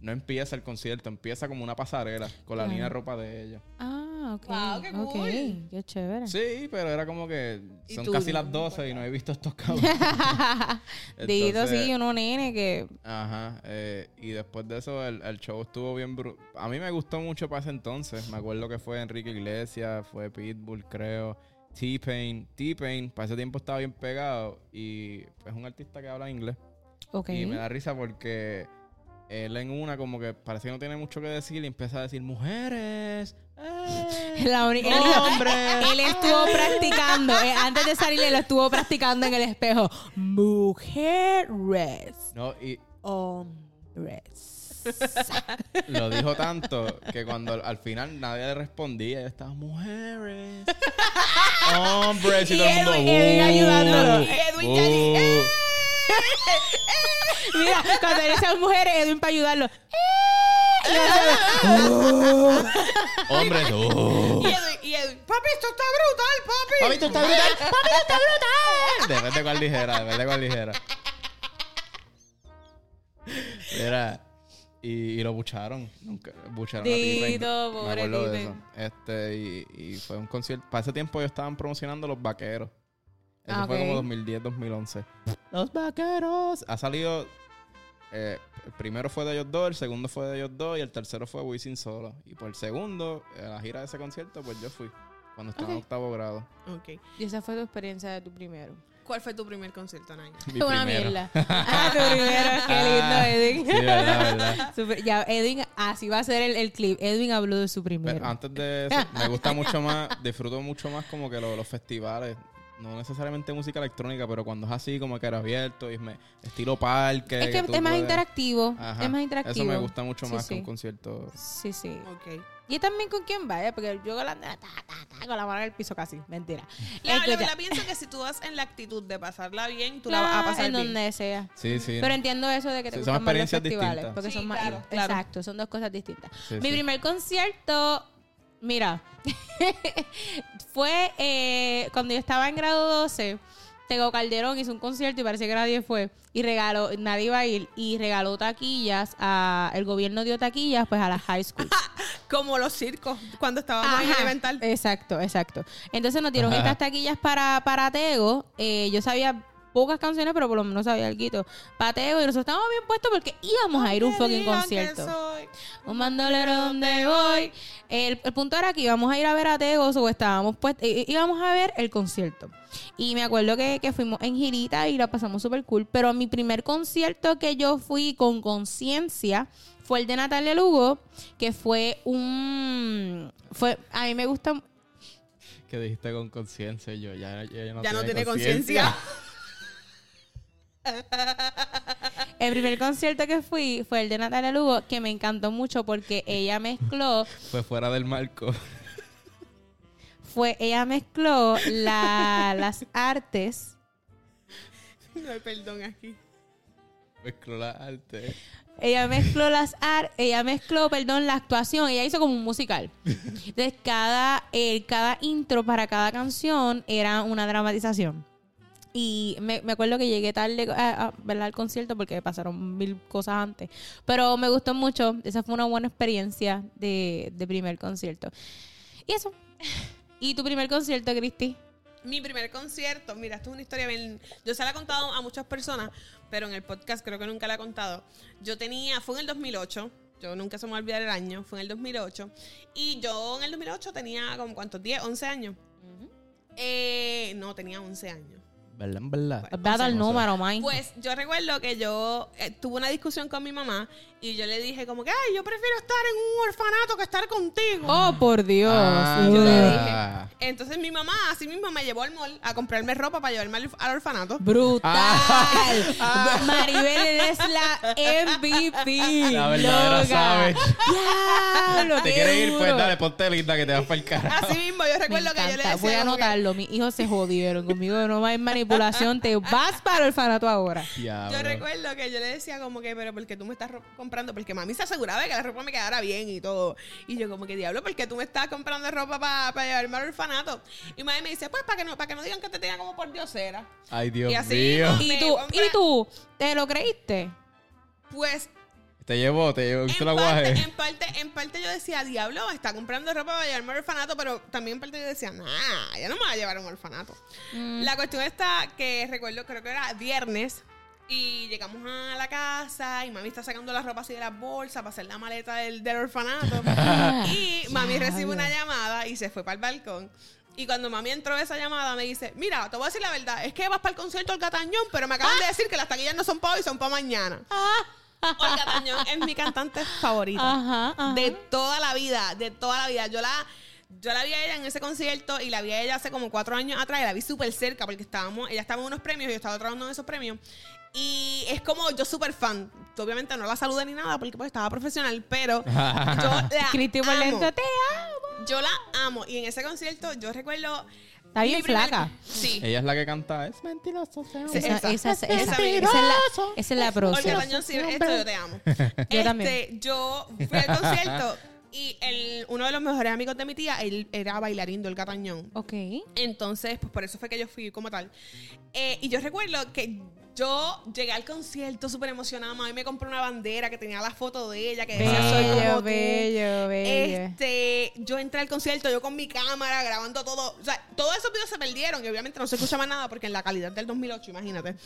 Speaker 1: no empieza el concierto, empieza como una pasarela con la
Speaker 2: Claro.
Speaker 1: línea de ropa de ellos.
Speaker 2: Ah, ok.
Speaker 3: Wow, qué
Speaker 2: ok.
Speaker 3: cool.
Speaker 2: Qué chévere.
Speaker 1: Sí, pero era como que
Speaker 3: Y
Speaker 1: son
Speaker 3: tú,
Speaker 1: casi
Speaker 3: no
Speaker 1: las 12 y no he visto estos cabros.
Speaker 2: Dito,
Speaker 1: Entonces-
Speaker 2: sí, uno nene que.
Speaker 1: Ajá, eh, y después de eso el, el show estuvo bien... bru- a mí me gustó mucho para ese entonces. Me acuerdo que fue Enrique Iglesias, fue Pitbull, creo, T-Pain. T-Pain, para ese tiempo estaba bien pegado y es un artista que habla inglés.
Speaker 2: Ok.
Speaker 1: Y me da risa porque él en una como que parece que no tiene mucho que decir y empieza a decir mujeres. ¡eh!
Speaker 2: La uni- él,
Speaker 1: hombres.
Speaker 2: él estuvo practicando, eh, antes de salir, él estuvo practicando en el espejo. Mujeres.
Speaker 1: No, y
Speaker 2: Hombres.
Speaker 1: lo dijo tanto que cuando al- al final nadie le respondía, yo estaba mujeres. Hombres y todo el mundo. "Uh".
Speaker 2: Edwin- Edwin ayudándolo.
Speaker 1: "Bú,
Speaker 3: Y Edwin ya allí,
Speaker 1: bú".
Speaker 2: Mira, cuando él esas mujeres, Edwin para ayudarlo.
Speaker 1: Hombres. "Bú".
Speaker 3: Y Edwin, y Edwin, papi, esto está brutal, papi.
Speaker 1: Papi, tú estás brutal. Papi, tú estás brutal. Depende cuál ligera, depende cuál ligera. Mira, y, y lo bucharon. Nunca, bucharon a T-Pain.
Speaker 2: Tito, pobre
Speaker 1: Me acuerdo de eso.
Speaker 2: T-Pain.
Speaker 1: Este, y, y fue un concierto. Para ese tiempo ellos estaban promocionando Los Vaqueros. Eso
Speaker 2: Ah,
Speaker 1: fue como
Speaker 2: ok.
Speaker 1: 2010, 2011. Los Vaqueros. Ha salido... eh, el primero fue de ellos dos, el segundo fue de ellos dos y el tercero fue Wisin solo. Y por el segundo, en la gira de ese concierto, pues yo fui. Cuando estaba en
Speaker 2: Ok.
Speaker 1: octavo grado.
Speaker 3: Ok.
Speaker 2: Y esa fue tu experiencia de tu primero.
Speaker 3: ¿Cuál fue tu primer concierto, Naya?
Speaker 1: Mi
Speaker 2: Una
Speaker 1: primero. Ah,
Speaker 2: mierda. Ah, tu primero, qué lindo, Edwin.
Speaker 1: Sí, eh. verdad, verdad.
Speaker 2: Super- ya, Edwin, así va a ser el, el clip. Edwin habló de su primero.
Speaker 1: Pero antes de eso, me gusta mucho más, disfruto mucho más como que lo- los festivales. No necesariamente música electrónica, pero cuando es así, como que era abierto y me, estilo parque.
Speaker 2: es que,
Speaker 1: tú
Speaker 2: es más
Speaker 1: puedes-
Speaker 2: interactivo.
Speaker 1: Ajá.
Speaker 2: Es más interactivo.
Speaker 1: Eso me gusta mucho
Speaker 2: Sí,
Speaker 1: más que
Speaker 2: sí.
Speaker 1: un concierto.
Speaker 2: Sí, sí.
Speaker 3: Ok.
Speaker 2: Y también con quién vaya, porque yo con la, ta, ta, ta, con la mano en el piso casi. Mentira.
Speaker 3: Claro,
Speaker 2: Escucha,
Speaker 3: la verdad pienso que si tú vas en la actitud de pasarla bien, tú la
Speaker 2: claro,
Speaker 3: vas a pasar
Speaker 2: Ah, en
Speaker 3: bien.
Speaker 2: donde sea.
Speaker 1: Sí, sí.
Speaker 2: Pero entiendo eso de que te
Speaker 1: Sí, son
Speaker 2: gustan más los
Speaker 1: experiencias
Speaker 2: festivales.
Speaker 1: distintas.
Speaker 2: Porque
Speaker 3: Sí,
Speaker 2: son más.
Speaker 3: claro, claro.
Speaker 2: Exacto, son dos cosas distintas.
Speaker 1: Sí,
Speaker 2: Mi
Speaker 1: sí.
Speaker 2: primer concierto, mira, fue eh, cuando yo estaba en grado 12. Tego Calderón hizo un concierto y parece que nadie fue. Y regaló, nadie iba a ir. Y regaló taquillas a. El gobierno dio taquillas, pues a las high school.
Speaker 3: Como los circos, cuando estábamos en
Speaker 2: Ajá,
Speaker 3: Elemental.
Speaker 2: Exacto, exacto. Entonces nos dieron
Speaker 1: Ajá.
Speaker 2: estas taquillas para, para Tego. Eh, yo sabía pocas canciones, pero por lo menos sabía algo. Para Tego, y nosotros estábamos bien puestos porque íbamos a ir a un
Speaker 3: Que
Speaker 2: fucking
Speaker 3: digan que
Speaker 2: concierto.
Speaker 3: soy-
Speaker 2: Un bandolero donde voy. El, el punto era que íbamos a ir a ver a Tego, o estábamos puestos, eh, íbamos a ver el concierto. Y me acuerdo que, que fuimos en girita y la pasamos súper cool. Pero mi primer concierto que yo fui con conciencia fue el de Natalia Lugo, que fue un... Fue, a mí me gusta...
Speaker 1: Que dijiste con conciencia y yo, ya, ya, no,
Speaker 3: Ya no tiene conciencia.
Speaker 2: El primer concierto que fui fue el de Natalia Lugo, que me encantó mucho porque ella mezcló
Speaker 1: Fue fuera del marco.
Speaker 2: fue, ella mezcló la- las artes.
Speaker 3: No hay perdón aquí.
Speaker 1: Mezcló la arte.
Speaker 2: Ella mezcló las ar, ella mezcló, perdón, la actuación, ella hizo como un musical. Entonces, cada, eh, cada intro para cada canción era una dramatización. Y me, me acuerdo que llegué tarde a- a- ¿verdad? al concierto porque pasaron mil cosas antes. Pero me gustó mucho. Esa fue una buena experiencia de, de primer concierto. Y eso. ¿Y tu primer concierto, Cristi?
Speaker 3: Mi primer concierto, mira, esto es una historia bien. Yo se la he contado a muchas personas, pero en el podcast creo que nunca la he contado. Yo tenía, fue en el 2008, yo nunca se me va a olvidar el año, fue en el 2008. Y yo en el 2008 tenía como cuántos, 10, 11 años. Eh, no, tenía 11 años.
Speaker 4: ¿Verdad? ¿Verdad?
Speaker 2: Data el número, Mike.
Speaker 3: Pues yo recuerdo que yo eh, tuve una discusión con mi mamá y yo le dije como que, ay, yo prefiero estar en un orfanato que estar contigo.
Speaker 2: Oh, por Dios.
Speaker 3: Yo le dije.
Speaker 1: Ah.
Speaker 3: Entonces mi mamá, así mismo, me llevó al mall a comprarme ropa para llevarme al, al orfanato.
Speaker 2: Brutal.
Speaker 1: Ah.
Speaker 2: Maribel eres la MVP.
Speaker 4: La verdadera
Speaker 2: loca.
Speaker 4: sabe.
Speaker 2: Diablo,
Speaker 1: ¿Te
Speaker 2: qué
Speaker 1: quieres ir? Pues
Speaker 2: Ah, duro.
Speaker 1: dale, ponte linda que te vas para el cara.
Speaker 3: Así mismo, yo
Speaker 2: Me
Speaker 3: recuerdo que yo le
Speaker 2: encanta.
Speaker 3: decía
Speaker 2: Voy a
Speaker 3: como que,
Speaker 2: anotarlo. Mis hijos se jodieron conmigo. No hay manipulación. Te vas para el orfanato ahora.
Speaker 3: Yo recuerdo que yo le decía como que, pero porque tú me estás ro- comprando? Porque mami se aseguraba de que la ropa me quedara bien y todo. Y yo como que, diablo, ¿por qué tú me estás comprando ropa para llevarme al orfanato? Y mami me dice, pues para que no, para que no digan que te tenga como por diosera.
Speaker 1: Ay, Dios
Speaker 3: Y así,
Speaker 1: mío.
Speaker 3: ¿no?
Speaker 2: ¿Y
Speaker 3: Me
Speaker 2: tú,
Speaker 3: compra-
Speaker 2: ¿Y tú? ¿Te lo creíste?
Speaker 3: Pues
Speaker 1: Te llevó, te llevó,
Speaker 3: en
Speaker 1: te la
Speaker 3: parte,
Speaker 1: guaje.
Speaker 3: en parte, en parte yo decía, diablo, está comprando ropa para llevarme al orfanato, pero también en parte yo decía, nah, ya no me va a llevar a un orfanato. La cuestión está que recuerdo, creo que era viernes, y llegamos a la casa y mami está sacando la ropa así de las bolsas para hacer la maleta del, del orfanato. y mami recibe una llamada y se fue para el balcón. Y cuando mami entró esa llamada me dice, mira, te voy a decir la verdad, es que vas para el concierto del Catañón, pero me acaban de decir que las taquillas no son para hoy, son para mañana. Olga Tañón es mi cantante favorita.
Speaker 2: Ajá, ajá.
Speaker 3: De toda la vida, de toda la vida. Yo la, yo la vi a ella en ese concierto y la vi a ella hace como cuatro años atrás y la vi súper cerca porque estábamos, ella estaba en unos premios y yo estaba trabajando en esos premios. Y es como yo súper fan. Obviamente no la saludé ni nada porque pues estaba profesional, pero yo la
Speaker 2: Cristi por
Speaker 3: amo.
Speaker 2: dentro, te amo.
Speaker 3: Yo la amo. Y en ese concierto yo recuerdo...
Speaker 2: Está bien
Speaker 3: mi primer-
Speaker 2: flaca.
Speaker 3: Sí.
Speaker 1: Ella es la que canta, es
Speaker 4: Mentiroso, sea
Speaker 2: Esa, esa, esa, esa,
Speaker 3: Esa
Speaker 2: esa es
Speaker 3: misma.
Speaker 2: la, esa es la
Speaker 3: Olga
Speaker 2: próxima.
Speaker 3: Tañón, si ves esto, yo te amo. este,
Speaker 2: también.
Speaker 3: Yo fui al concierto y el, uno de los mejores amigos de mi tía, él era bailarín del Catañón.
Speaker 2: Ok.
Speaker 3: Entonces, pues por eso fue que yo fui como tal. Eh, y yo recuerdo que yo llegué al concierto súper emocionada. Mami me compró una bandera que tenía la foto de ella, que decía soy como
Speaker 2: Bello,
Speaker 3: tú".
Speaker 2: bello, bello. Ah,
Speaker 3: Este, yo entré al concierto, yo con mi cámara grabando todo. O sea, todos esos videos se perdieron y obviamente no se escucha más nada porque en la calidad del 2008, imagínate.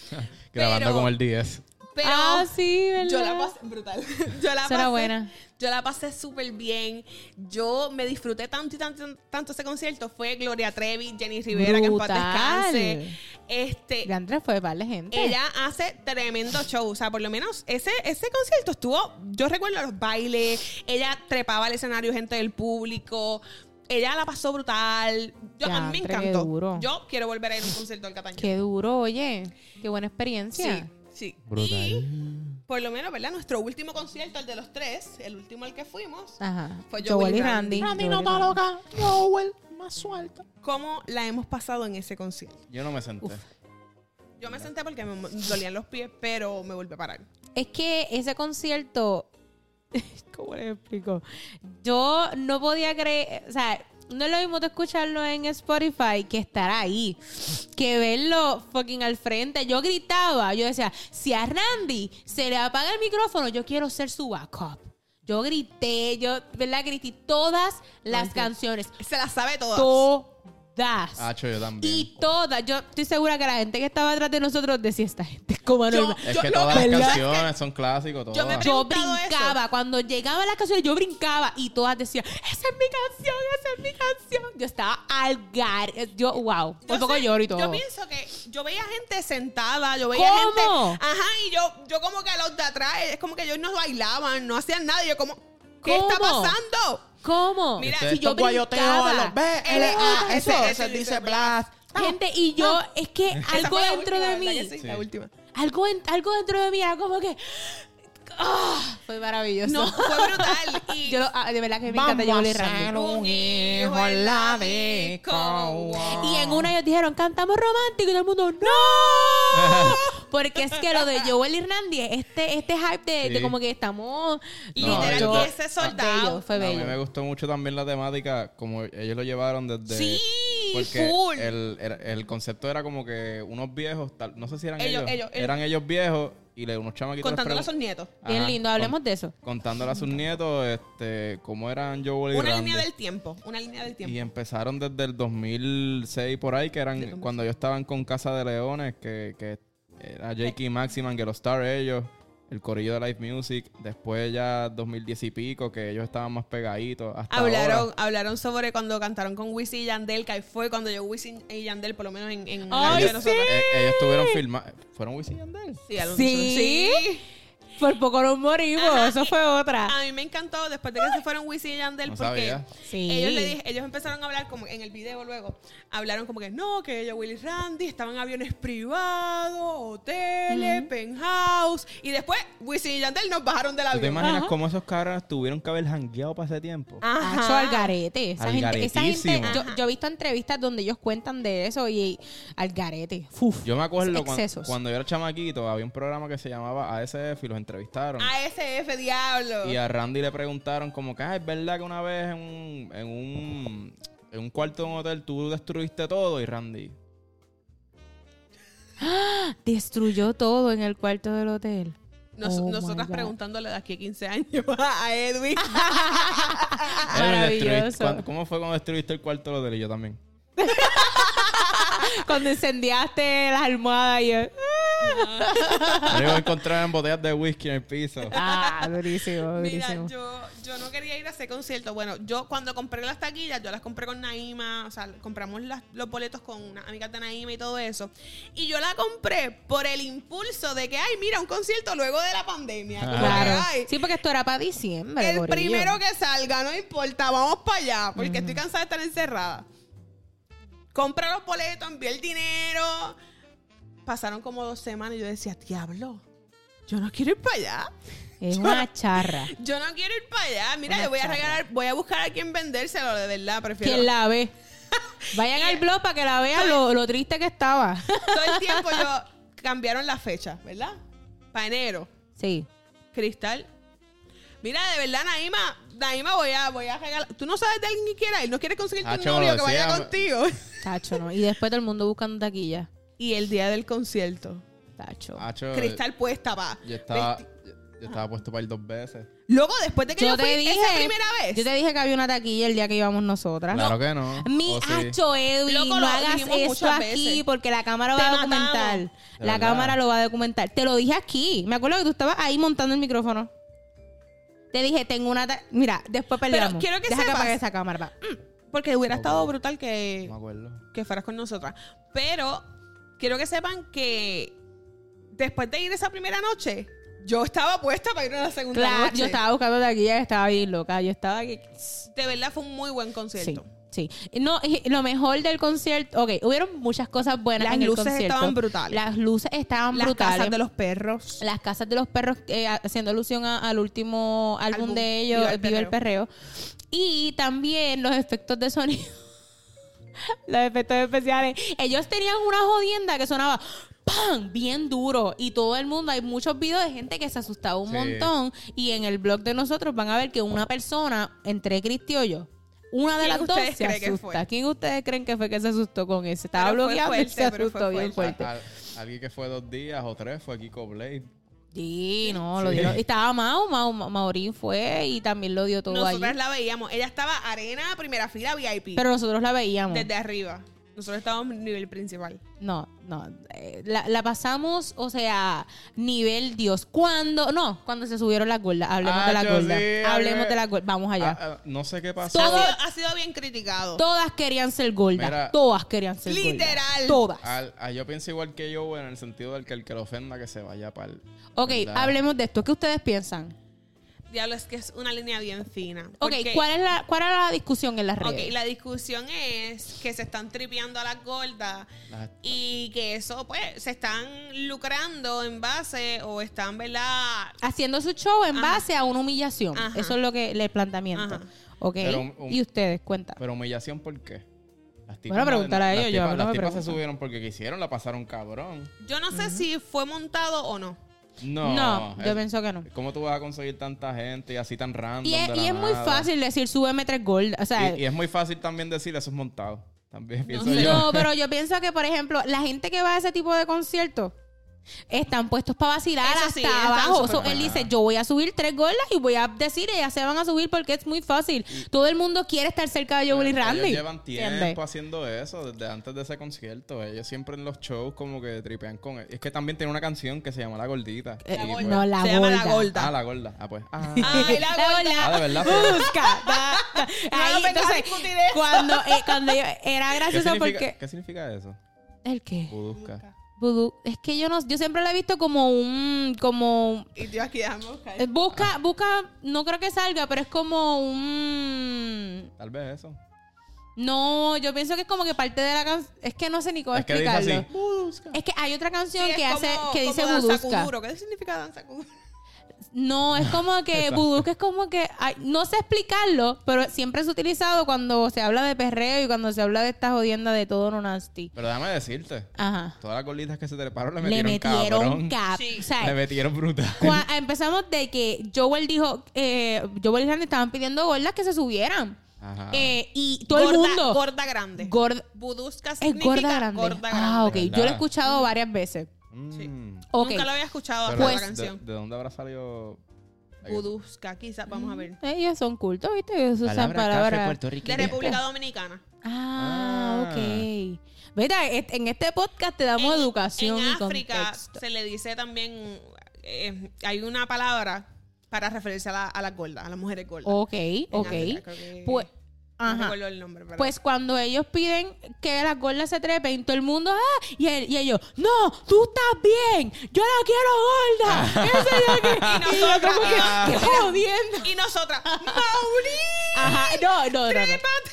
Speaker 1: grabando
Speaker 3: Pero-
Speaker 1: con el 10.
Speaker 3: Pero
Speaker 2: ah, sí, ¿verdad?
Speaker 3: yo la pasé brutal. Yo la
Speaker 2: Eso
Speaker 3: pasé.
Speaker 2: era buena.
Speaker 3: Yo la pasé súper bien. Yo me disfruté tanto y tanto, tanto ese concierto. Fue Gloria Trevi, Jenny Rivera, que en paz
Speaker 2: Brutal.
Speaker 3: descanse. Este,
Speaker 2: Y Andrés fue para la gente.
Speaker 3: ella hace tremendo show. O sea, por lo menos ese, ese concierto estuvo. Yo recuerdo los bailes. Ella trepaba al escenario, gente del público. Ella la pasó brutal. Yo, a mí me
Speaker 2: Diantre, qué
Speaker 3: encantó.
Speaker 2: duro.
Speaker 3: Yo quiero volver a ir a un concierto del Cataño.
Speaker 2: Qué duro, oye. Qué buena
Speaker 3: Sí,
Speaker 2: experiencia.
Speaker 3: sí. Y
Speaker 4: Brutal.
Speaker 3: por lo menos, ¿verdad? Nuestro último concierto, el de los tres, el último al que fuimos,
Speaker 2: Ajá.
Speaker 3: Fue
Speaker 2: Joel
Speaker 3: Joel
Speaker 2: y
Speaker 3: y
Speaker 2: Randy.
Speaker 4: A mí
Speaker 2: Joel
Speaker 4: no
Speaker 2: y
Speaker 4: está
Speaker 2: Randy.
Speaker 4: loca. Joel, más suelta.
Speaker 3: ¿cómo la hemos pasado en ese concierto?
Speaker 1: Yo no me senté.
Speaker 3: Yo me senté porque me dolían los pies, pero me volví a parar.
Speaker 2: Es que ese concierto, ¿cómo les explico? Yo no podía creer, o sea, no es lo mismo tú escucharlo en Spotify que estar ahí, que verlo fucking al frente. Yo gritaba, yo decía, si a Randy se le apaga el micrófono, yo quiero ser su backup. Yo grité, yo, ¿verdad? Grité todas las canciones.
Speaker 3: Se la sabe todas.
Speaker 2: Todas. Ah,
Speaker 1: Hacho, yo también.
Speaker 2: Y todas. Yo estoy segura que la gente que estaba atrás de nosotros decía, esta gente es como normal.
Speaker 1: es
Speaker 3: Yo-
Speaker 1: que
Speaker 3: lo-
Speaker 1: todas las
Speaker 2: ¿verdad?
Speaker 1: canciones son clásicos, todas.
Speaker 3: Yo me
Speaker 2: Yo
Speaker 3: preguntado
Speaker 2: brincaba, cuando llegaba la canción, yo brincaba y todas decían, esa es mi canción, esa es mi canción. Yo estaba al gar, yo, wow, por
Speaker 3: Yo
Speaker 2: poco
Speaker 3: sé,
Speaker 2: lloro y todo.
Speaker 3: Yo pienso que yo veía gente sentada, yo veía
Speaker 2: ¿Cómo?
Speaker 3: gente. Ajá, y yo, yo como que a los de atrás, es como que ellos no bailaban, no hacían nada. Y yo como, ¿qué está
Speaker 2: ¿Cómo?
Speaker 3: pasando?
Speaker 2: ¿Cómo?
Speaker 3: Mira,
Speaker 2: si yo
Speaker 4: a los
Speaker 2: brincaba.
Speaker 4: BLA. ah,
Speaker 3: Eso,
Speaker 4: Ese, ese
Speaker 3: eso
Speaker 4: dice
Speaker 3: dice
Speaker 4: Blast.
Speaker 2: Gente, y yo, es que
Speaker 3: Esa
Speaker 2: algo
Speaker 3: fue la
Speaker 2: dentro
Speaker 3: última,
Speaker 2: de
Speaker 3: ¿verdad
Speaker 2: mí,
Speaker 3: que sí? La última.
Speaker 2: algo, en- algo dentro de mí era como que, ah, Fue maravilloso.
Speaker 3: No, fue brutal. Y
Speaker 2: Yo lo- ah, de verdad que me encanta yo Bolly Randy.
Speaker 3: un hijo en la disco.
Speaker 2: Y en una ellos dijeron, cantamos romántico y todo el mundo, ¡No! Porque es que lo de Joel y Randy, este, este hype de, de
Speaker 1: Sí.
Speaker 2: como que estamos
Speaker 3: Literal,
Speaker 1: yo-
Speaker 3: y ese soldado.
Speaker 2: Bello, fue
Speaker 1: No, a mí me
Speaker 2: bello.
Speaker 1: gustó mucho también la temática, como ellos lo llevaron desde...
Speaker 3: Sí,
Speaker 1: porque
Speaker 3: full.
Speaker 1: El, era- el concepto era como que unos viejos, tal- no sé si eran
Speaker 3: Ellos-
Speaker 1: ellos,
Speaker 3: ellos, ellos.
Speaker 1: eran ellos viejos y le, unos chamaquitos... les
Speaker 3: Contándole a
Speaker 1: pregun-
Speaker 3: sus nietos.
Speaker 2: Bien
Speaker 1: Ajá,
Speaker 2: lindo, hablemos
Speaker 1: con-
Speaker 2: de eso.
Speaker 1: Contándole a sus nietos este, cómo eran Joel y
Speaker 3: Una
Speaker 1: Randy.
Speaker 3: línea del tiempo. Una línea del
Speaker 1: Y
Speaker 3: tiempo.
Speaker 1: empezaron desde el 2006 por ahí, que eran cuando yo estaban con Casa de Leones, que, que era Jake y Maximan, que los Star ellos, el corillo de Live Music, después ya 2010 y pico, que ellos estaban más pegaditos. Hasta
Speaker 3: Hablaron,
Speaker 1: ahora.
Speaker 3: hablaron sobre cuando cantaron con Wisin y Yandel, que ahí fue cuando yo Wisin y Yandel, por lo menos en, en la
Speaker 2: ¡Ay,
Speaker 3: vida de nosotros.
Speaker 1: Eh, ellos estuvieron filmando. ¿Fueron Wisin y Yandel?
Speaker 3: Sí, Alonso,
Speaker 2: ¿Sí?
Speaker 3: sí.
Speaker 2: Por poco nos morimos,
Speaker 3: Ajá,
Speaker 2: eso fue otra.
Speaker 3: A mí me encantó después de que se fueron Wisin y Yandel
Speaker 1: No
Speaker 3: porque
Speaker 1: sabía.
Speaker 2: Sí.
Speaker 3: ellos le dije- ellos empezaron a hablar como en el video luego hablaron como que no que ellos Willy Randy estaban en aviones privados hoteles penthouse y después Wisin y Yandel nos bajaron del
Speaker 1: ¿Tú te
Speaker 3: avión.
Speaker 1: imaginas
Speaker 2: Ajá. Ah,
Speaker 1: cómo esos caras tuvieron que haber jangueado para ese tiempo?
Speaker 3: Ajá.
Speaker 2: Hacho al garete. Esa
Speaker 1: Al
Speaker 2: gente, esa gente
Speaker 1: garetísimo.
Speaker 2: yo, yo he visto entrevistas donde ellos cuentan de eso y al garete. Uf.
Speaker 1: Yo me acuerdo cuan- cuando,
Speaker 2: Excesos.
Speaker 1: yo era chamaquito, había un programa que se llamaba ASF y los entrevistaron.
Speaker 3: ASF diablo
Speaker 1: Y a Randy le preguntaron como que, ah, es verdad que una vez en un, en un, en un cuarto de un hotel tú destruiste todo y Randy.
Speaker 2: Destruyó todo en el cuarto del hotel.
Speaker 3: Nos-
Speaker 2: Oh, my
Speaker 3: nosotras
Speaker 2: God.
Speaker 3: preguntándole de aquí a 15 años a Edwin
Speaker 1: "Edwin,
Speaker 2: Ah, Maravilloso.
Speaker 1: destruiste- ¿cuándo- ¿Cómo fue cuando destruiste el cuarto del hotel y yo también?
Speaker 2: Cuando incendiaste las almohadas y yo.
Speaker 1: Me iba a encontrar en botellas de whisky en el piso.
Speaker 2: Ah, durísimo,
Speaker 3: Mira,
Speaker 2: durísimo.
Speaker 3: yo, yo no quería ir a ese concierto. Bueno, yo cuando compré las taquillas, yo las compré con Naima, o sea, compramos las- los boletos con una amiga de Naima y todo eso. Y yo la compré por el impulso de que, ay, mira, un concierto luego de la pandemia. Como que,
Speaker 2: Claro.
Speaker 3: ay,
Speaker 2: Sí, porque esto era para diciembre.
Speaker 3: el
Speaker 2: gorillo.
Speaker 3: primero que salga, no importa, vamos para allá, porque estoy cansada de estar encerrada. Compré los boletos, envié el dinero. Pasaron como dos semanas y yo decía, diablo, yo no quiero ir para allá.
Speaker 2: Es una charra.
Speaker 3: Yo no quiero ir para allá. Mira,
Speaker 2: Una
Speaker 3: le voy a
Speaker 2: charla.
Speaker 3: regalar, voy a buscar a quien vendérselo, de verdad, prefiero.
Speaker 2: Quien la ve. Vayan al blog para que la vean lo, lo triste que estaba.
Speaker 3: Todo el tiempo yo cambiaron la fecha, ¿verdad? Para enero.
Speaker 2: Sí.
Speaker 3: Cristal. Mira, de verdad, Naima, Naima voy a, voy a regalar. Tú no sabes de alguien que quiera ir, no quieres conseguir tu
Speaker 1: Ah, chavo,
Speaker 3: novio
Speaker 1: lo
Speaker 3: que vaya
Speaker 1: decía.
Speaker 3: contigo.
Speaker 2: Tacho, ¿no? Y después todo el mundo buscando taquilla.
Speaker 3: Y el día del concierto.
Speaker 2: Tacho.
Speaker 1: Hacho,
Speaker 3: Cristal puesta, pa.
Speaker 1: Yo estaba, yo, yo estaba puesto para ir dos veces.
Speaker 3: Luego, después de que yo, fui esa primera vez.
Speaker 2: Yo te dije que había una taquilla el día que íbamos nosotras.
Speaker 1: Claro que no.
Speaker 2: Ah, Mi
Speaker 1: Oh, sí.
Speaker 2: hacho, Edwin,
Speaker 3: Loco,
Speaker 2: no
Speaker 3: lo
Speaker 2: hagas
Speaker 3: dijimos
Speaker 2: esto
Speaker 3: muchas
Speaker 2: aquí
Speaker 3: veces.
Speaker 2: porque la cámara
Speaker 3: Te
Speaker 2: va a
Speaker 3: matamos.
Speaker 2: documentar.
Speaker 1: De
Speaker 2: La
Speaker 1: verdad.
Speaker 2: cámara lo va a documentar. Te lo dije aquí. Me acuerdo que tú estabas ahí montando el micrófono. Te dije, tengo una... ta- Mira, después peleamos.
Speaker 3: quiero que
Speaker 2: Deja
Speaker 3: sepas-
Speaker 2: que apague esa cámara. va. Mm.
Speaker 3: Porque hubiera estado brutal que.
Speaker 1: No me acuerdo.
Speaker 3: que fueras con nosotras. Pero quiero que sepan que después de ir esa primera noche, yo estaba puesta para ir a la segunda
Speaker 2: Claro,
Speaker 3: noche.
Speaker 2: yo estaba buscando taquilla que estaba bien loca. Yo estaba... que-
Speaker 3: De verdad fue un muy buen concierto.
Speaker 2: Sí, sí. No, y lo mejor del concierto, ok, hubieron muchas cosas buenas
Speaker 3: Las
Speaker 2: en el
Speaker 3: luces
Speaker 2: concierto.
Speaker 3: estaban brutales.
Speaker 2: Las luces estaban
Speaker 3: Las
Speaker 2: brutales.
Speaker 3: casas de los perros.
Speaker 2: Las casas de los perros, eh, haciendo alusión a- al último álbum
Speaker 3: Álbum,
Speaker 2: de ellos,
Speaker 3: Viva
Speaker 2: Viva
Speaker 3: el
Speaker 2: el, Perreo. Y también los efectos de sonido. los efectos especiales. Ellos tenían una jodienda que sonaba ¡pam! bien duro. Y todo el mundo, hay muchos videos de gente que se asustaba un
Speaker 1: Sí.
Speaker 2: montón. Y en el blog de nosotros van a ver que una persona, entre Cristi o yo, una de
Speaker 3: ¿Quién
Speaker 2: las dos
Speaker 3: ustedes
Speaker 2: se
Speaker 3: cree que
Speaker 2: asusta.
Speaker 3: fue?
Speaker 2: ¿Quién ustedes creen que fue que se asustó con ese? Estaba
Speaker 3: Pero fue
Speaker 2: bloqueado y se
Speaker 3: fuerte, pero fue
Speaker 2: asustó bien
Speaker 3: fuerte.
Speaker 2: fuerte.
Speaker 1: A- a- alguien que fue dos días o tres fue Kiko Blade.
Speaker 2: Sí, no, lo
Speaker 1: Sí.
Speaker 2: dieron. Estaba Mau, Mau, Maurín fue y también lo dio todo
Speaker 3: Nosotras
Speaker 2: allí.
Speaker 3: la veíamos. Ella estaba arena, primera fila, VIP.
Speaker 2: Pero nosotros la veíamos.
Speaker 3: desde arriba. Nosotros estábamos en nivel principal.
Speaker 2: No, no. eh, La, la pasamos, o sea, nivel Dios. Cuando, no, cuando se subieron las gordas. Hablemos de las
Speaker 1: Hacho,
Speaker 2: gordas.
Speaker 1: Ah, sí,
Speaker 2: Hablemos
Speaker 1: hablé-
Speaker 2: de las gordas. Vamos allá.
Speaker 1: Ah, ah, no sé qué pasó.
Speaker 3: Ha
Speaker 2: Todo-
Speaker 3: sido, ha sido bien criticado.
Speaker 2: Todas querían ser gordas.
Speaker 1: Mira.
Speaker 2: Todas querían ser gordas.
Speaker 3: Literal.
Speaker 2: Todas.
Speaker 1: Al- ah, yo pienso igual que yo en el sentido del que el que lo ofenda que se vaya para el.
Speaker 2: ok,
Speaker 1: ¿verdad?
Speaker 2: hablemos de esto. ¿Qué ustedes piensan?
Speaker 3: Diablo, es que es una línea bien fina.
Speaker 2: Ok,
Speaker 3: Porque-
Speaker 2: ¿cuál, es la, ¿cuál era la discusión en las
Speaker 3: Ok,
Speaker 2: redes?
Speaker 3: la discusión es que se están tripeando a las gordas
Speaker 4: Las-
Speaker 3: y que eso, pues, se están lucrando en base o están, ¿verdad?
Speaker 2: Haciendo su show en
Speaker 3: Ajá.
Speaker 2: base a una humillación.
Speaker 3: Ajá.
Speaker 2: Eso es lo que el planteamiento.
Speaker 3: Ajá.
Speaker 2: Ok,
Speaker 1: Pero un- un-
Speaker 2: y ustedes, cuenta.
Speaker 1: Pero humillación, ¿por qué? Las
Speaker 2: Bueno, pregúntale a
Speaker 1: las
Speaker 2: ellos, yo a
Speaker 1: tipas-
Speaker 2: mí no
Speaker 1: Las
Speaker 2: me
Speaker 1: tipas se
Speaker 2: preguntan.
Speaker 1: subieron porque quisieron, la pasaron cabrón.
Speaker 3: Yo no sé si fue montado o no.
Speaker 1: No.
Speaker 2: No, yo
Speaker 1: es-
Speaker 2: pienso que no.
Speaker 1: ¿Cómo tú vas a conseguir tanta gente y así tan random?
Speaker 2: Y es,
Speaker 1: de
Speaker 2: y
Speaker 1: la
Speaker 2: es muy
Speaker 1: nada?
Speaker 2: fácil decir súbeme tres gold. O sea,
Speaker 1: Y, y es muy fácil también decir eso es montado. También pienso
Speaker 2: no,
Speaker 1: yo.
Speaker 2: pero yo pienso que, por ejemplo, la gente que va a ese tipo de conciertos están puestos para vacilar
Speaker 3: Eso
Speaker 2: hasta
Speaker 3: sí, están
Speaker 2: abajo.
Speaker 3: súper
Speaker 2: So, él
Speaker 1: buenas.
Speaker 2: dice, yo voy a subir tres gordas y voy a decir, ellas se van a subir porque es muy fácil. Todo el mundo quiere estar cerca de Joel y
Speaker 1: Ellos
Speaker 2: Randy.
Speaker 1: llevan tiempo
Speaker 2: ¿entiendes?
Speaker 1: haciendo eso desde antes de ese concierto. Ellos siempre en los shows como que tripean con Es que también tiene una canción que se llama La Gordita.
Speaker 2: Eh,
Speaker 1: Y, pues-
Speaker 2: no, la
Speaker 3: se llama la
Speaker 2: gorda.
Speaker 3: gorda.
Speaker 1: Ah, La Gorda. Ah, pues. Ah,
Speaker 3: Ay, la
Speaker 2: La
Speaker 3: gorda.
Speaker 2: gorda.
Speaker 1: Ah, de verdad.
Speaker 2: Busca. da- da-
Speaker 3: vengas
Speaker 2: Ahí,
Speaker 3: a
Speaker 2: entonces,
Speaker 3: discutir eso.
Speaker 2: cuando, eh, cuando yo- era
Speaker 1: ¿Qué,
Speaker 2: gracioso
Speaker 1: significa,
Speaker 2: porque...
Speaker 1: ¿Qué significa eso?
Speaker 2: ¿El qué?
Speaker 1: Budusca.
Speaker 2: Vudú. Es que yo no, yo siempre la he visto como un, como
Speaker 3: Y yo aquí déjame buscar.
Speaker 2: eh, busca, busca, no creo que salga, pero es como un
Speaker 1: Tal vez eso.
Speaker 2: no, yo pienso que es como que parte de la canción, es que no sé ni cómo
Speaker 1: Es que dice
Speaker 2: explicarlo.
Speaker 1: así.
Speaker 2: Es que hay otra canción
Speaker 3: Sí, es
Speaker 2: que hace,
Speaker 3: como-
Speaker 2: que
Speaker 3: como
Speaker 2: dice
Speaker 3: danza
Speaker 2: Budusca.
Speaker 3: kuduro. ¿Qué significa danza kuduro?
Speaker 2: No,
Speaker 1: Ah,
Speaker 2: es como que Budusca es como que, ay, no sé explicarlo, pero siempre es utilizado cuando se habla de perreo y cuando se habla de esta jodienda de todo no nasty.
Speaker 1: Pero déjame decirte.
Speaker 2: Ajá.
Speaker 1: Todas las gorditas que se treparon le
Speaker 2: Le
Speaker 1: metieron,
Speaker 2: metieron
Speaker 1: cabrón.
Speaker 2: cap.
Speaker 3: Sí.
Speaker 2: O sea,
Speaker 1: Le metieron brutal.
Speaker 2: Cua- empezamos de que Joel dijo, eh, Joel y Randy estaban pidiendo gordas que se subieran.
Speaker 1: Ajá.
Speaker 2: Eh, y todo el
Speaker 3: Gorda-
Speaker 2: mundo.
Speaker 3: Gorda grande.
Speaker 2: Gorda-
Speaker 3: Budusca
Speaker 2: es
Speaker 3: significa
Speaker 2: gorda grande. Ah, ok. Yo lo he
Speaker 1: ¿Verdad?
Speaker 2: escuchado varias veces.
Speaker 1: Mm.
Speaker 3: sí.
Speaker 2: Ok.
Speaker 3: Nunca lo había escuchado
Speaker 1: Pero
Speaker 3: hasta
Speaker 2: Pues-
Speaker 3: la
Speaker 1: ¿de,
Speaker 3: canción.
Speaker 1: de dónde habrá salido?
Speaker 3: Budusca, quizás,
Speaker 2: Mm.
Speaker 3: vamos a ver.
Speaker 2: Ellos son cultos, ¿viste? Ellos usan
Speaker 4: Palabra, café
Speaker 2: palabras.
Speaker 3: De
Speaker 4: puertorriqueña.
Speaker 3: República Dominicana.
Speaker 2: Ah,
Speaker 1: Ah.
Speaker 2: ok. Mira, est- en este podcast te damos
Speaker 3: En-
Speaker 2: educación
Speaker 3: En
Speaker 2: y
Speaker 3: África
Speaker 2: contexto.
Speaker 3: se le dice también, eh, hay una palabra para referirse a, la- a las gordas, a las mujeres gordas.
Speaker 2: Ok,
Speaker 3: En
Speaker 2: Oh, ok.
Speaker 3: África, creo que-
Speaker 2: Pues,
Speaker 3: No
Speaker 2: ajá.
Speaker 3: recuerdo el nombre, pero-
Speaker 2: Pues cuando ellos piden que las gordas se trepen, todo el mundo, ah, y, él- y ellos, no, tú estás bien, yo la quiero gorda. Eso es lo que-
Speaker 3: Y
Speaker 2: y yo
Speaker 3: nosotras.
Speaker 2: como que, qué jodiendo.
Speaker 3: Y nosotras, ¡Mauri!
Speaker 2: Ajá, no, no, no, no.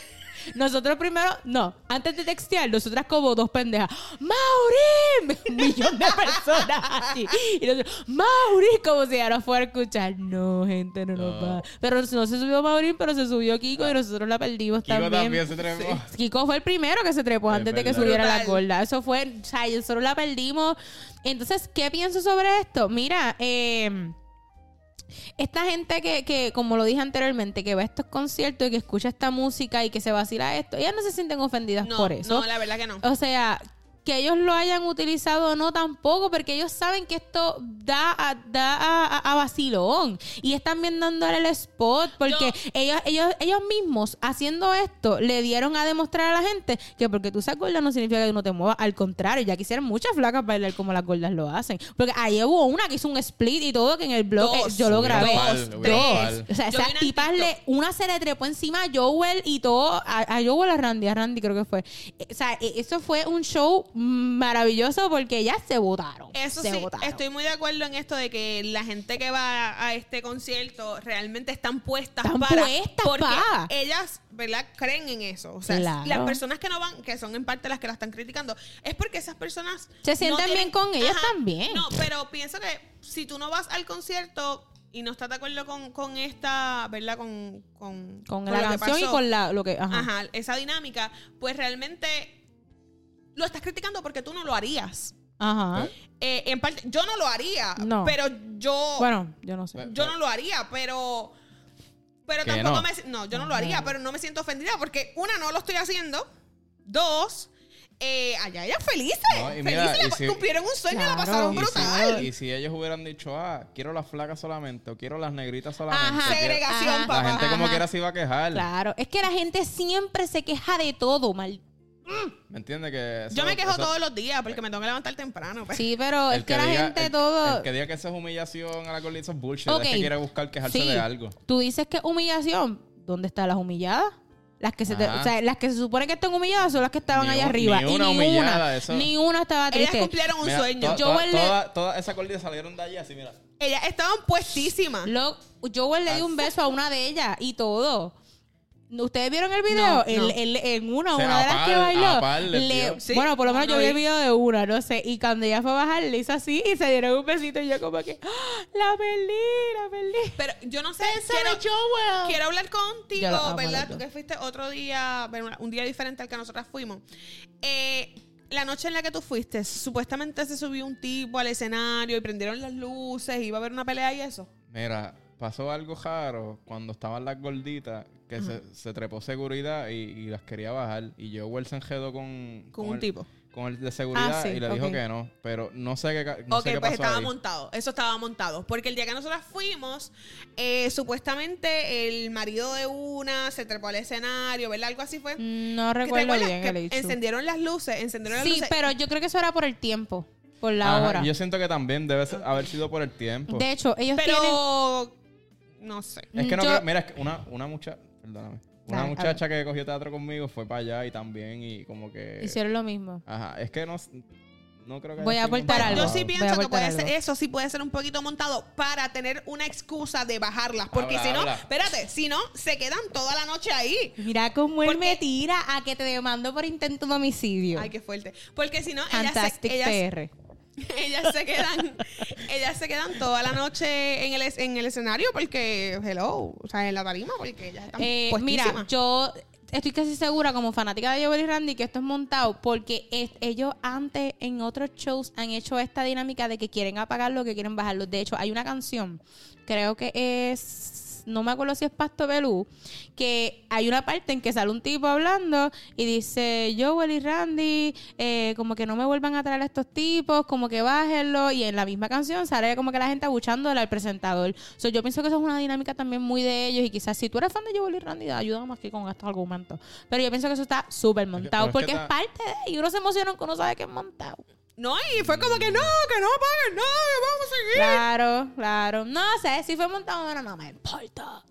Speaker 2: Nosotros primero, no, antes de textear, nosotras como dos pendejas, ¡Mauri! Un millón de personas así. Y nosotros, ¡Mauri! Como si ya nos fuera a escuchar. No, gente, no, nos
Speaker 1: No.
Speaker 2: va. Pero no se subió Mauri, pero se subió Kiko y nosotros la perdimos
Speaker 1: Kiko también se trepó.
Speaker 2: Kiko fue el primero que se trepó
Speaker 1: Es
Speaker 2: antes de que
Speaker 1: verdad.
Speaker 2: subiera la
Speaker 3: Brutal.
Speaker 2: gorda. Eso fue, o sea, nosotros la perdimos. Entonces, ¿qué pienso sobre esto? Mira, eh, esta gente que, que, como lo dije anteriormente, que va a estos conciertos y que escucha esta música y que se vacila esto, ellas no se sienten ofendidas
Speaker 3: No,
Speaker 2: por eso.
Speaker 3: no, la verdad que no.
Speaker 2: O sea, que ellos lo hayan utilizado o no tampoco, porque ellos saben que esto da a, da a, a- a vacilón. Y están bien dándole el spot, porque ellos, ellos, ellos mismos haciendo esto le dieron a demostrar a la gente que porque tú seas gorda no significa que tú no te muevas. Al contrario, ya quisieran muchas flacas bailar como las gordas lo hacen. Porque ahí hubo una que hizo un split y todo, que en el blog eh,
Speaker 3: Dos,
Speaker 2: yo lo
Speaker 1: Hubiera
Speaker 2: grabé.
Speaker 1: pal,
Speaker 2: Dos,
Speaker 1: hubiera
Speaker 2: tres.
Speaker 1: pal.
Speaker 2: O sea,
Speaker 3: Yo vi
Speaker 2: esas
Speaker 3: en el
Speaker 2: tipas
Speaker 3: TikTok.
Speaker 2: le, una se le trepó encima a Joel y todo, a, a Joel, a Randy, a Randy creo que fue. Eh, O sea, eh, eso fue un show maravilloso porque ellas se votaron.
Speaker 3: Eso
Speaker 2: se
Speaker 3: sí,
Speaker 2: votaron.
Speaker 3: estoy muy de acuerdo en esto de que la gente que va a- a este concierto realmente están puestas
Speaker 2: Están
Speaker 3: para.
Speaker 2: puestas
Speaker 3: porque
Speaker 2: pa.
Speaker 3: ellas, ¿verdad?, creen en eso. O sea,
Speaker 2: Claro.
Speaker 3: las personas que no van, que son en parte las que la están criticando, es porque esas personas.
Speaker 2: Se
Speaker 3: no
Speaker 2: sienten bien con ellas también.
Speaker 3: No, pero pienso que si tú no vas al concierto y no estás de acuerdo con, con esta, ¿verdad?, con. Con,
Speaker 2: Con
Speaker 3: lo
Speaker 2: la
Speaker 3: que
Speaker 2: canción y
Speaker 3: pasó,
Speaker 2: con la, lo que. Ajá.
Speaker 3: ajá, esa dinámica, pues realmente lo estás criticando porque tú no lo harías.
Speaker 2: Ajá.
Speaker 3: Eh, en parte, yo no lo haría.
Speaker 2: No.
Speaker 3: Pero yo.
Speaker 2: Bueno, yo no sé.
Speaker 3: yo no lo haría, pero. Pero
Speaker 1: Que
Speaker 3: tampoco
Speaker 1: no.
Speaker 3: me. No, yo no lo haría, pero no me siento ofendida porque, una, no lo estoy haciendo. Dos, eh, allá ellas felices.
Speaker 1: No, y
Speaker 3: felices,
Speaker 1: mira,
Speaker 3: la
Speaker 1: y
Speaker 3: pa-
Speaker 1: si-
Speaker 3: cumplieron un sueño,
Speaker 2: Claro.
Speaker 3: la pasaron
Speaker 1: Y si-
Speaker 3: brutal.
Speaker 1: Y si ellos hubieran dicho, ah, quiero las flacas solamente o quiero las negritas solamente.
Speaker 2: Ajá.
Speaker 1: quiero-
Speaker 3: Segregación,
Speaker 2: Ajá.
Speaker 1: La
Speaker 3: papá.
Speaker 1: gente como
Speaker 2: Ajá.
Speaker 1: quiera se iba a quejar.
Speaker 2: Claro. Es que la gente siempre se queja de todo, mal.
Speaker 1: ¿Me entiendes? Que eso-
Speaker 3: yo me quejo
Speaker 1: eso-
Speaker 3: todos los días porque me tengo que levantar temprano. pues.
Speaker 2: Sí, pero
Speaker 1: el
Speaker 2: es que, la
Speaker 1: diga-
Speaker 2: gente
Speaker 1: el-
Speaker 2: todo.
Speaker 1: El que diga que eso es humillación a la gordita eso es bullshit.
Speaker 2: Ok.
Speaker 1: Es que quiere buscar quejarse
Speaker 2: Sí.
Speaker 1: de algo.
Speaker 2: Tú dices que humillación. ¿Dónde están las humilladas? Las que, se te-
Speaker 1: Ah.
Speaker 2: o sea, las que se supone que están humilladas son las que estaban
Speaker 1: Ni
Speaker 2: allá
Speaker 1: un-
Speaker 2: arriba.
Speaker 1: ni
Speaker 2: y
Speaker 1: una
Speaker 2: ni
Speaker 1: humillada,
Speaker 2: una,
Speaker 1: eso-
Speaker 2: ni una estaba
Speaker 3: Ellas
Speaker 2: triste.
Speaker 3: cumplieron un
Speaker 1: Mira,
Speaker 3: sueño.
Speaker 1: to-
Speaker 2: Yo
Speaker 1: to-
Speaker 2: huele-
Speaker 1: toda- Todas esas gorditas salieron de allí así, mira.
Speaker 3: Ellas estaban puestísimas.
Speaker 2: Lo, Joel le dio
Speaker 1: Ah.
Speaker 2: un beso a una de ellas y todo. ¿Ustedes vieron el video?
Speaker 3: No,
Speaker 2: El-
Speaker 3: no.
Speaker 2: el- en una,
Speaker 1: O sea,
Speaker 2: una de
Speaker 1: a
Speaker 2: las que
Speaker 1: pal-
Speaker 2: bailó.
Speaker 1: a pal le dio.
Speaker 3: Sí,
Speaker 2: bueno, por lo menos
Speaker 3: no
Speaker 2: yo vi
Speaker 3: vi.
Speaker 2: el video de una, no sé. Y cuando ella fue a bajar, le hizo así y se dieron un besito. Y yo como que, ¡Ah! la perdí, la perdí.
Speaker 3: Pero yo no sé, quiero, quiero hablar contigo,
Speaker 2: Yo lo amo,
Speaker 3: ¿verdad?
Speaker 2: las
Speaker 3: Tú
Speaker 2: dos.
Speaker 3: que fuiste otro día, bueno, un día diferente al que nosotras fuimos. Eh, la noche en la que tú fuiste, supuestamente se subió un tipo al escenario y prendieron las luces, iba a haber una pelea y eso.
Speaker 1: Mira, pasó algo raro cuando estaban las gorditas que se, se trepó seguridad y, y las quería bajar. Y yo Wells se enjedó con,
Speaker 3: Con un
Speaker 1: el-
Speaker 3: tipo.
Speaker 1: Con el de seguridad
Speaker 2: Ah, sí,
Speaker 1: y le dijo
Speaker 2: ok.
Speaker 1: que no. Pero no sé qué, ca- no
Speaker 3: ok,
Speaker 1: sé qué
Speaker 3: pues
Speaker 1: pasó
Speaker 3: estaba
Speaker 1: ahí.
Speaker 3: montado. Eso estaba montado. Porque el día que nosotras fuimos, eh, supuestamente el marido de una se trepó al escenario, ¿verdad? Algo así fue. ¿Que
Speaker 2: No
Speaker 3: te
Speaker 2: recuerdo
Speaker 3: acuerdas
Speaker 2: bien
Speaker 3: que
Speaker 2: el hecho.
Speaker 3: Encendieron las luces, encendieron las
Speaker 2: Sí,
Speaker 3: luces.
Speaker 2: pero yo creo que eso era por el tiempo, por la
Speaker 1: Ajá,
Speaker 2: hora.
Speaker 1: Yo siento que también debe ser- haber sido por el tiempo.
Speaker 2: De hecho, ellos tienen...
Speaker 3: Pero. No sé.
Speaker 1: es que no
Speaker 2: yo-
Speaker 1: creo- Mira, es que una, una muchacha. Perdóname. Una
Speaker 2: Dale,
Speaker 1: muchacha que cogió teatro conmigo fue para allá y también y como que.
Speaker 2: Hicieron lo mismo.
Speaker 1: Ajá, es que no, s- no creo que.
Speaker 2: Voy
Speaker 1: haya
Speaker 2: a
Speaker 1: sido
Speaker 2: aportar algo.
Speaker 1: montado.
Speaker 3: Yo sí
Speaker 2: Voy a
Speaker 3: pienso que
Speaker 2: aportar
Speaker 3: puede ser
Speaker 2: algo.
Speaker 3: eso, sí puede ser un poquito montado para tener una excusa de bajarlas. Porque
Speaker 1: Habla,
Speaker 3: si no,
Speaker 1: habla.
Speaker 3: espérate, si no, se quedan toda la noche ahí.
Speaker 2: Mira cómo él
Speaker 3: Porque-
Speaker 2: me tira a que te demando por intento de homicidio.
Speaker 3: Ay, qué fuerte. Porque si no, ellas se,
Speaker 2: Fantastic
Speaker 3: ellas,
Speaker 2: PR.
Speaker 3: ellas se quedan, ellas se quedan toda la noche en el, es- en el escenario porque, hello, o sea, en la tarima porque ellas están
Speaker 2: Eh, mira,
Speaker 3: puestísimas.
Speaker 2: yo estoy casi segura como fanática de Joel y Randy que esto es montado porque es- ellos antes en otros shows han hecho esta dinámica de que quieren apagarlo, que quieren bajarlo. De hecho, hay una canción, creo que es, no me acuerdo si es Pasto Belú, que hay una parte en que sale un tipo hablando y dice, Joel y Randy, eh, como que no me vuelvan a traer a estos tipos, como que bájenlo. Y en la misma canción sale como que la gente abuchándole al presentador. So, yo pienso que eso es una dinámica también muy de ellos. Y quizás si tú eres fan de Joel y Randy, ayuda más que con estos argumentos. Pero yo pienso que eso está súper montado
Speaker 1: pero es
Speaker 2: porque
Speaker 1: que
Speaker 2: es,
Speaker 1: está-
Speaker 2: parte de... Y uno se emociona cuando uno sabe que es montado.
Speaker 3: No, y fue como que no, que no apaguen, no, que vamos a seguir.
Speaker 2: Claro, claro. No sé, si fue montado o no, no me importa.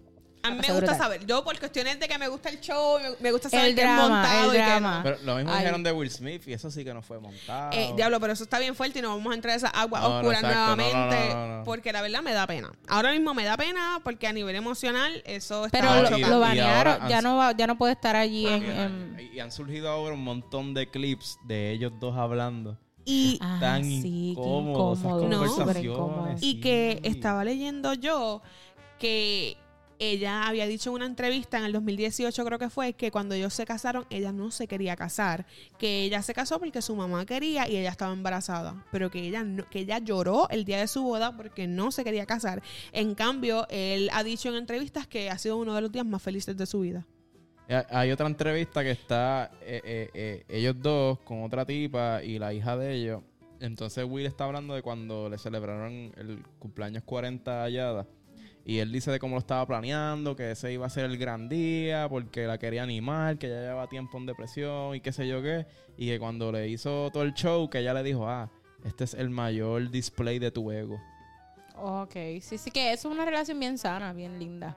Speaker 3: A mí me
Speaker 2: Está
Speaker 3: gusta
Speaker 2: brutal.
Speaker 3: saber. Yo por cuestiones de que me gusta el show, me- me gusta saber
Speaker 2: El
Speaker 3: que es
Speaker 2: drama,
Speaker 3: montado
Speaker 2: el
Speaker 3: y que no.
Speaker 2: drama.
Speaker 1: Pero lo mismo
Speaker 2: Ay.
Speaker 1: dijeron de Will Smith y eso sí que no fue montado.
Speaker 3: Eh, diablo, pero eso está bien fuerte y no vamos a entrar a esa agua
Speaker 1: No, no,
Speaker 3: oscura
Speaker 1: exacto. No, no,
Speaker 3: nuevamente.
Speaker 1: no, no, no.
Speaker 3: Porque la verdad me da pena. Ahora mismo me da pena porque a nivel emocional eso está.
Speaker 2: Pero
Speaker 1: Ah,
Speaker 2: lo, lo
Speaker 1: sí, y ahora Ah,
Speaker 2: banearon, ya
Speaker 1: han-
Speaker 2: no, va- ya no puede estar allí en... en-
Speaker 1: Y, y han surgido ahora un montón de clips de ellos dos hablando.
Speaker 3: y,
Speaker 2: Ah,
Speaker 1: tan
Speaker 2: sí, qué
Speaker 1: incómodo, esas
Speaker 2: incómodo,
Speaker 3: No.
Speaker 1: conversaciones.
Speaker 2: superincómodo.
Speaker 1: Sí.
Speaker 3: y que estaba leyendo yo que ella había dicho en una entrevista en el 2018, creo que fue, que cuando ellos se casaron, ella no se quería casar. Que ella se casó porque su mamá quería y ella estaba embarazada. Pero que ella, no- que ella lloró el día de su boda porque no se quería casar. En cambio, él ha dicho en entrevistas que ha sido uno de los días más felices de su vida.
Speaker 1: Ha- Hay otra entrevista que está eh, eh, eh, ellos dos con otra tipa y la hija de ellos. Entonces Will está hablando de cuando le celebraron el cumpleaños 40 a Yada. Y él dice de cómo lo estaba planeando, que ese iba a ser el gran día, porque la quería animar, que ya llevaba tiempo en depresión y qué sé yo qué. Y que cuando le hizo todo el show, que ella le dijo, ah, este es el mayor display de tu ego.
Speaker 2: Ok, sí, sí que eso es una relación bien sana, bien linda.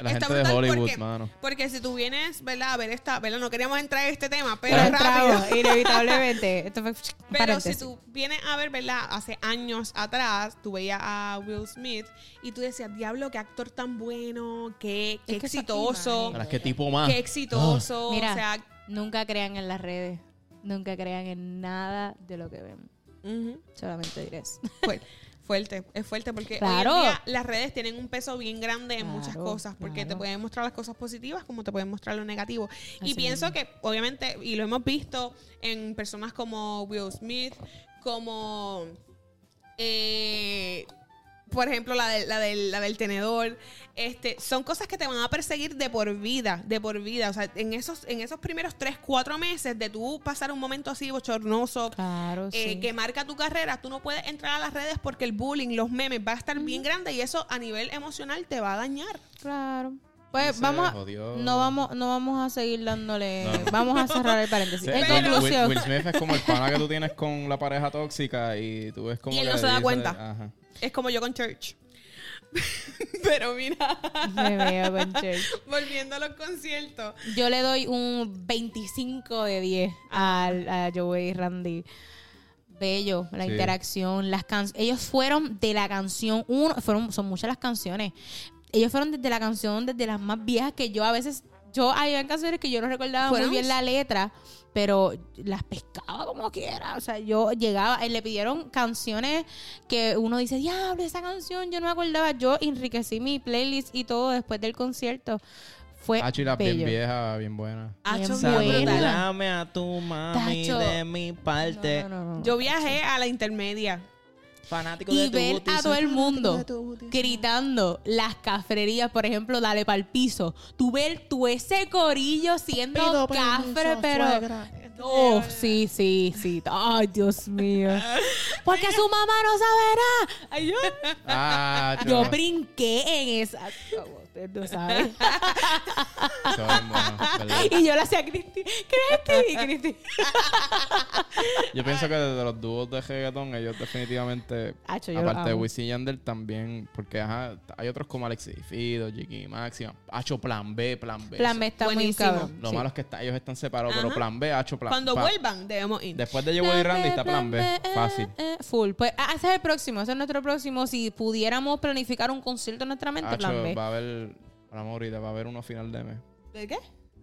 Speaker 1: La
Speaker 3: Está
Speaker 1: gente de
Speaker 3: brutal
Speaker 1: Hollywood,
Speaker 3: porque-
Speaker 1: mano.
Speaker 3: Porque si tú vienes, ¿verdad? A ver esta, ¿verdad? No queríamos entrar en este tema, pero
Speaker 2: Pero
Speaker 3: rápido.
Speaker 2: entramos, inevitablemente. Esto fue
Speaker 3: Pero si
Speaker 2: paréntesis.
Speaker 3: tú vienes a ver, ¿verdad? Hace años atrás, tú veías a Will Smith y tú decías, diablo, qué actor tan bueno, qué, qué
Speaker 2: Es que esa
Speaker 3: exitoso,
Speaker 2: imagen.
Speaker 1: Ahora, ¿qué tipo más?
Speaker 3: qué exitoso.
Speaker 2: Mira.
Speaker 3: O sea,
Speaker 2: Nunca crean en las redes. Nunca crean en nada de lo que ven.
Speaker 3: ujú,
Speaker 2: Solamente diré eso.
Speaker 3: fue- fuerte, es fuerte porque
Speaker 2: Claro.
Speaker 3: hoy en día las redes tienen un peso bien grande en muchas
Speaker 2: Claro,
Speaker 3: cosas, porque te
Speaker 2: claro.
Speaker 3: pueden mostrar las cosas positivas como te pueden mostrar lo negativo. y
Speaker 2: Así
Speaker 3: pienso
Speaker 2: mismo.
Speaker 3: que, obviamente, y lo hemos visto en personas como Will Smith, como, eh, por ejemplo, la, de- la, del, la del tenedor. Este, son cosas que te van a perseguir de por vida, de por vida. O sea, en esos, en esos primeros tres, cuatro meses de tú pasar un momento así bochornoso,
Speaker 2: Claro,
Speaker 3: eh, que marca tu carrera, tú no puedes entrar a las redes porque el bullying, los memes, va a estar bien grande y eso a nivel emocional te va a dañar.
Speaker 2: Claro. Pues
Speaker 1: Se
Speaker 2: vamos a,
Speaker 1: jodió.
Speaker 2: no vamos no vamos a seguir dándole
Speaker 1: No.
Speaker 2: vamos a cerrar el paréntesis.
Speaker 1: Sí,
Speaker 2: en
Speaker 1: pero-
Speaker 2: conclusión,
Speaker 1: Will, Will Smith es como el pana que tú tienes con la pareja tóxica y tú ves como
Speaker 3: Y él
Speaker 1: que
Speaker 3: no se da
Speaker 1: dice-
Speaker 3: cuenta.
Speaker 1: ajá.
Speaker 3: Es como yo con Church. Pero mira,
Speaker 2: Me veo con Church.
Speaker 3: volviendo a los conciertos.
Speaker 2: Yo le doy un 25 de 10 al- a, Joey y Randy. Bello, la
Speaker 1: Sí.
Speaker 2: interacción, las canciones. Ellos fueron de la canción uno, fueron, son muchas las canciones. Ellos fueron desde la canción, desde las más viejas que yo a veces, yo había canciones que yo no recordaba
Speaker 3: Fueron-
Speaker 2: muy bien la letra, pero las pescaba como quiera. O sea, yo llegaba, y le pidieron canciones que uno dice, diablo, esa canción, yo no me acordaba. Yo enriquecí mi playlist y todo después del concierto. Fue
Speaker 1: Ah, chila, bien
Speaker 2: bello.
Speaker 1: vieja, bien buena.
Speaker 3: Hacho,
Speaker 2: Buena.
Speaker 4: Saludame a tu mami
Speaker 2: Tacho.
Speaker 4: de mi parte.
Speaker 2: No, no, no, no.
Speaker 3: Yo viajé a la intermedia.
Speaker 4: Fanático
Speaker 2: y
Speaker 4: de tu
Speaker 2: ver
Speaker 4: booty,
Speaker 2: a
Speaker 4: soy
Speaker 2: todo el
Speaker 4: fanático
Speaker 2: mundo
Speaker 4: de tu booty.
Speaker 2: gritando las cafrerías, por ejemplo, dale para el piso. Tú ver tú ese corillo siendo
Speaker 4: Pido permiso,
Speaker 2: cafre, pero.
Speaker 4: suegra.
Speaker 2: Oh, sí, sí, sí. Ay, Dios mío. Porque su mamá no saberá. Ay, yo,
Speaker 1: Ah,
Speaker 2: yo
Speaker 1: chula,
Speaker 2: brinqué en esa. Oh, usted no sabe.
Speaker 1: eso es bien bueno, ¿verdad?
Speaker 2: Y yo le hacía a Cristi. Cristi, Cristi.
Speaker 1: Yo pienso que de los dúos de reggaetón, ellos definitivamente.
Speaker 2: Hacho, yo lo
Speaker 1: aparte de
Speaker 2: amo.
Speaker 1: Wisin y Yandel también, porque ajá, hay otros como Alexis y Fido, Jiggy y Máxima. Hacho Plan B, Plan B.
Speaker 2: Plan B está
Speaker 3: Buenísimo.
Speaker 2: muy cabrón.
Speaker 1: Lo
Speaker 2: sí.
Speaker 1: malo es que está- ellos están separados, pero
Speaker 3: Ajá.
Speaker 1: Plan B, Hacho Plan
Speaker 3: Cuando
Speaker 1: pa-
Speaker 3: vuelvan, debemos ir.
Speaker 1: Después de Joey y Randy está Plan B. Fácil.
Speaker 2: eh, eh, Full. Pues ah, ese es el próximo, ese es nuestro próximo. Si pudiéramos planificar un concierto en nuestra mente, plan
Speaker 1: Hacho,
Speaker 2: B.
Speaker 1: va a haber. Para ahorita, va a haber uno final de mes.
Speaker 3: ¿De qué?